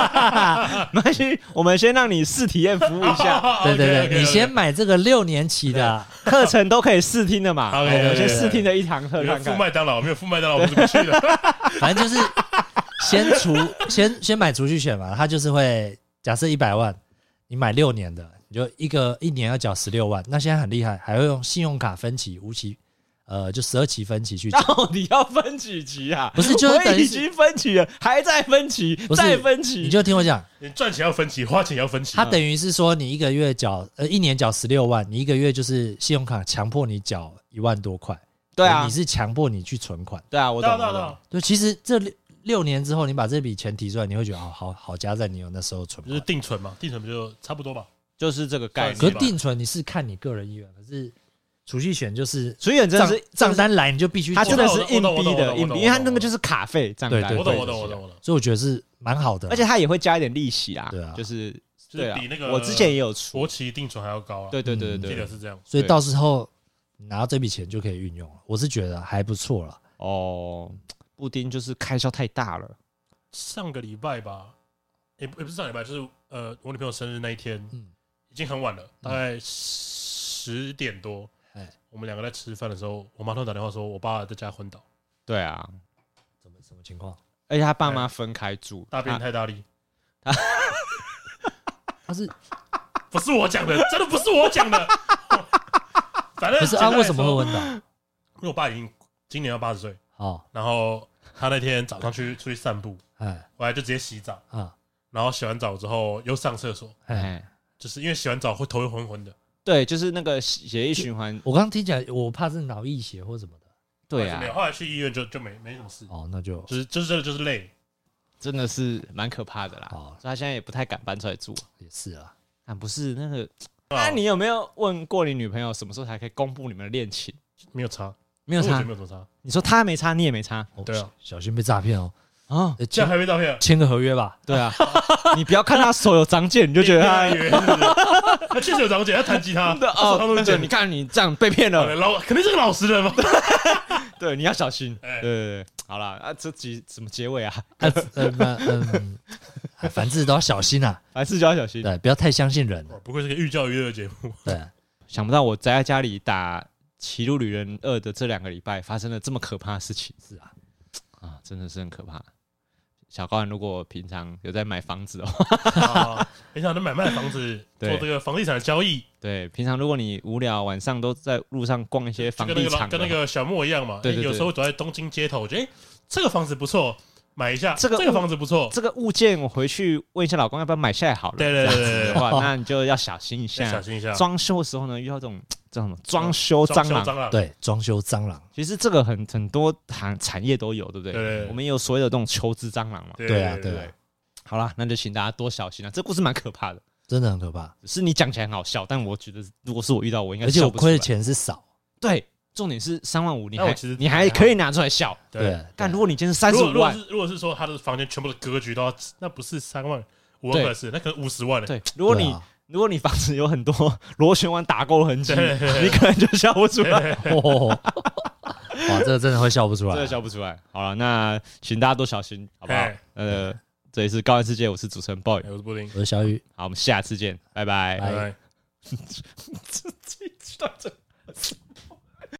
S2: 没关系，我们先让你试体验服务一 下，
S1: 对对
S3: 哦 OK，OK，OK
S1: 对，你先买这个六年期的啊，
S2: 课程都可以试听的嘛，好我
S3: OK，OK，
S2: 们先
S3: OK，OK，
S2: 试听的一堂课
S3: 有人
S2: 看
S3: 付
S2: 看。
S3: 麦当劳，没有付麦当劳我们是不去 的。
S1: 反正就是先除先先买储蓄险嘛，它就是会假设一百万，你买六年的，你就一个一年要缴十六万。那现在很厉害，还会用信用卡分期、无期，呃，就十二期分期去缴。
S2: 到底要分几期啊？
S1: 不是就是
S2: 我
S1: 等于
S2: 已
S1: 是
S2: 经分期了，还在分期，
S1: 不是
S2: 再分期，
S1: 你就听我讲，
S3: 你赚钱要分期，花钱要分期
S1: 它。等于是说你一个月缴呃一年缴十六万，你一个月就是信用卡强迫你缴一万多块。
S2: 对啊
S1: 你，是强迫你去存款。
S2: 对啊，我懂，
S3: 到
S2: 我
S3: 到
S2: 懂
S3: 到，，
S1: 就其实这六六年之后，你把这笔钱提出来，你会觉得哦好好好加在你有那时候存
S3: 就是
S1: 款。
S3: 定存嘛，定存不就差不多吧？
S2: 就是这个概
S3: 对
S2: 念。
S1: 可是定存你是看你个人意愿，可是储蓄险就是
S2: 所以真的
S1: 账
S2: 是
S1: 账，单来你就必须
S2: 他
S1: 做
S2: 真的是
S3: 我懂
S2: 硬
S3: 我懂
S2: 逼
S3: 我懂我
S2: 的，
S3: 懂
S2: 硬
S3: 我
S2: 逼，
S3: 懂
S2: 因为他那个就是卡费账单，
S1: 对对
S3: 我
S1: 对
S3: 懂，我懂，我懂，我懂。
S1: 所以我觉得是蛮好的。
S2: 而且他也会加一点利息啦，
S1: 对啊
S2: 就是
S3: 就是
S2: 对啊
S3: 比那个
S2: 我之前也有出，
S3: 国企定存还要高啊。
S2: 对对对
S1: 嗯
S2: 对
S3: 记
S2: 对
S3: 得，是这样。
S1: 所以到时候你拿到这笔钱就可以运用了，我是觉得还不错了。
S2: 哦，布丁就是开销太大了，
S3: 上个礼拜吧，也不也不是上礼拜，就是呃，我女朋友生日那一天，
S1: 嗯
S3: 已经很晚了，大概十点多
S1: 哎。
S3: 我们两个在吃饭的时候，我妈突然打电话说，我爸在家昏倒，
S2: 对啊，
S1: 怎么什么情况？
S2: 而且他爸妈分开住，
S3: 大便
S1: 啊
S2: 他
S3: 太大力。
S1: 他是
S3: 不是我讲的，真的不是我讲的。 反正
S1: 不是
S3: 简
S1: 啊？
S3: 单 来
S1: 为什么
S3: 说
S1: 会问到？
S3: 因为我爸已经今年要八十岁，
S1: 哦，
S3: 然后他那天早上去出去散步，
S1: 哎
S3: 回来就直接洗澡，
S1: 啊
S3: 然后洗完澡之后又上厕所，
S1: 哎，
S2: 哎，
S3: 就是因为洗完澡会头会昏昏的，
S2: 对，就是那个血液循环，
S1: 我刚刚听起来我怕是脑溢血或什么的。
S2: 对
S3: 后来就
S2: 啊
S3: 没有，后来去医院就就没没什么事，
S1: 哦，那就
S3: 就是就是真的就是累，
S2: 真的是蛮可怕的啦，
S1: 好
S2: 所以他现在也不太敢搬出来住。
S1: 哦也是啊。
S2: 啊，不是那个，
S3: 啊
S2: 那你有没有问过你女朋友什么时候才可以公布你们的恋情？
S3: 没有差，
S2: 没
S3: 没
S2: 有差
S3: 没，有什么差，
S2: 你说她没差，你也没差
S1: 哦
S3: 对啊，
S1: 小心被诈骗哦。
S2: 啊？
S1: 呃
S3: 这样
S1: 签
S3: 还没照片，
S1: 签个合约吧。
S2: 对 啊，你不要看她手有长茧，你就觉得
S3: 他
S2: 她
S3: 以为是， 他确实有长茧，他弹吉他，
S2: 的
S3: 他手上
S2: 啊 哦
S3: 都，是
S2: 对，
S3: 茧
S2: 你，看你这样被 骗了，
S3: 老肯定是个老实人 嘛，
S2: 对，你要小心。对
S3: 哎
S2: 对对，好啦，啊，这集怎么结尾啊？
S1: 啊嗯嗯嗯，哎反正都要小 心啊，
S2: 凡事就要小心。
S1: 对，不要太相信人
S2: 哦
S1: 了。
S3: 不愧是个寓教于乐的节 目，
S1: 对，
S2: 想不到我宅在家里打《骑路旅人二》的这两个礼拜，发生了这么可怕的事情。
S1: 是啊，
S2: 啊，真的是很可怕。小高人如果平常有在买房子哦，
S3: 啊没想到买卖房子做
S2: 对
S3: 这个房地产的交易，
S2: 对，平常如果你无聊晚上都在路上逛一些
S3: 就
S2: 房
S3: 跟那
S2: 地
S3: 个老
S2: 产的
S3: 跟那
S2: 话，
S3: 个小莫一样嘛，
S2: 对对
S3: 欸有时候走在东京街头，我觉得哎、欸这个房子不错，买一下，
S2: 这个
S3: 这个房子不错，
S2: 这个物件，我回去问一下老公要不要买下来好了。
S3: 对对对
S2: 这样子哦
S3: 对
S2: 的话，那你就要小心一
S3: 要小
S2: 下。
S3: 心一下，
S2: 装修的时候呢，遇到这种叫什么装修啊
S3: 装
S2: 蟑
S3: 修
S2: 螂，
S3: 蟑螂，
S1: 对，装修蟑螂，
S2: 其实这个很很多行产业都有，对不对？
S3: 对对对
S2: 我们也有所有的这种求职蟑螂嘛。
S3: 对
S1: 对啊
S3: 对
S1: 对啊
S2: 好啦，那就请大家多小心啊！这故事蛮可怕的，
S1: 真的很可怕。
S2: 只是你讲起来很好笑，但我觉得如果是我遇到，我应该
S1: 而且
S2: 笑
S1: 我
S2: 不出来
S1: 亏的钱是少，
S2: 对，重点是三万五，你
S3: 但我
S2: 还
S3: 其实
S2: 你还可以拿出来笑。
S1: 对。，啊
S2: 但如果你今天是三
S3: 如
S2: 十
S3: 果
S2: 五
S3: 如果
S2: 万，
S3: 是如果是说他的房间全部的格局都要，那不是三万五万块是，那可能五十万了。
S2: 对，如果
S1: 对
S2: 你、
S1: 啊
S2: 如果你房子有很多螺旋丸打勾的痕迹，
S3: 对对对
S2: 你可能就笑不出来，
S1: 哦 哇，这个真的会笑不出
S2: 真
S1: 来
S2: 的
S1: 啊。
S2: 笑不出来。好了，那请大家多小心，好不好
S3: 哎？
S2: 呃，这里是高玩世界，我是主持人 boy，
S3: 哎我是布丁，
S1: 我是小雨，
S2: 哎好，我们下次见，拜拜
S1: 拜
S3: 拜拜。
S2: 这这到这。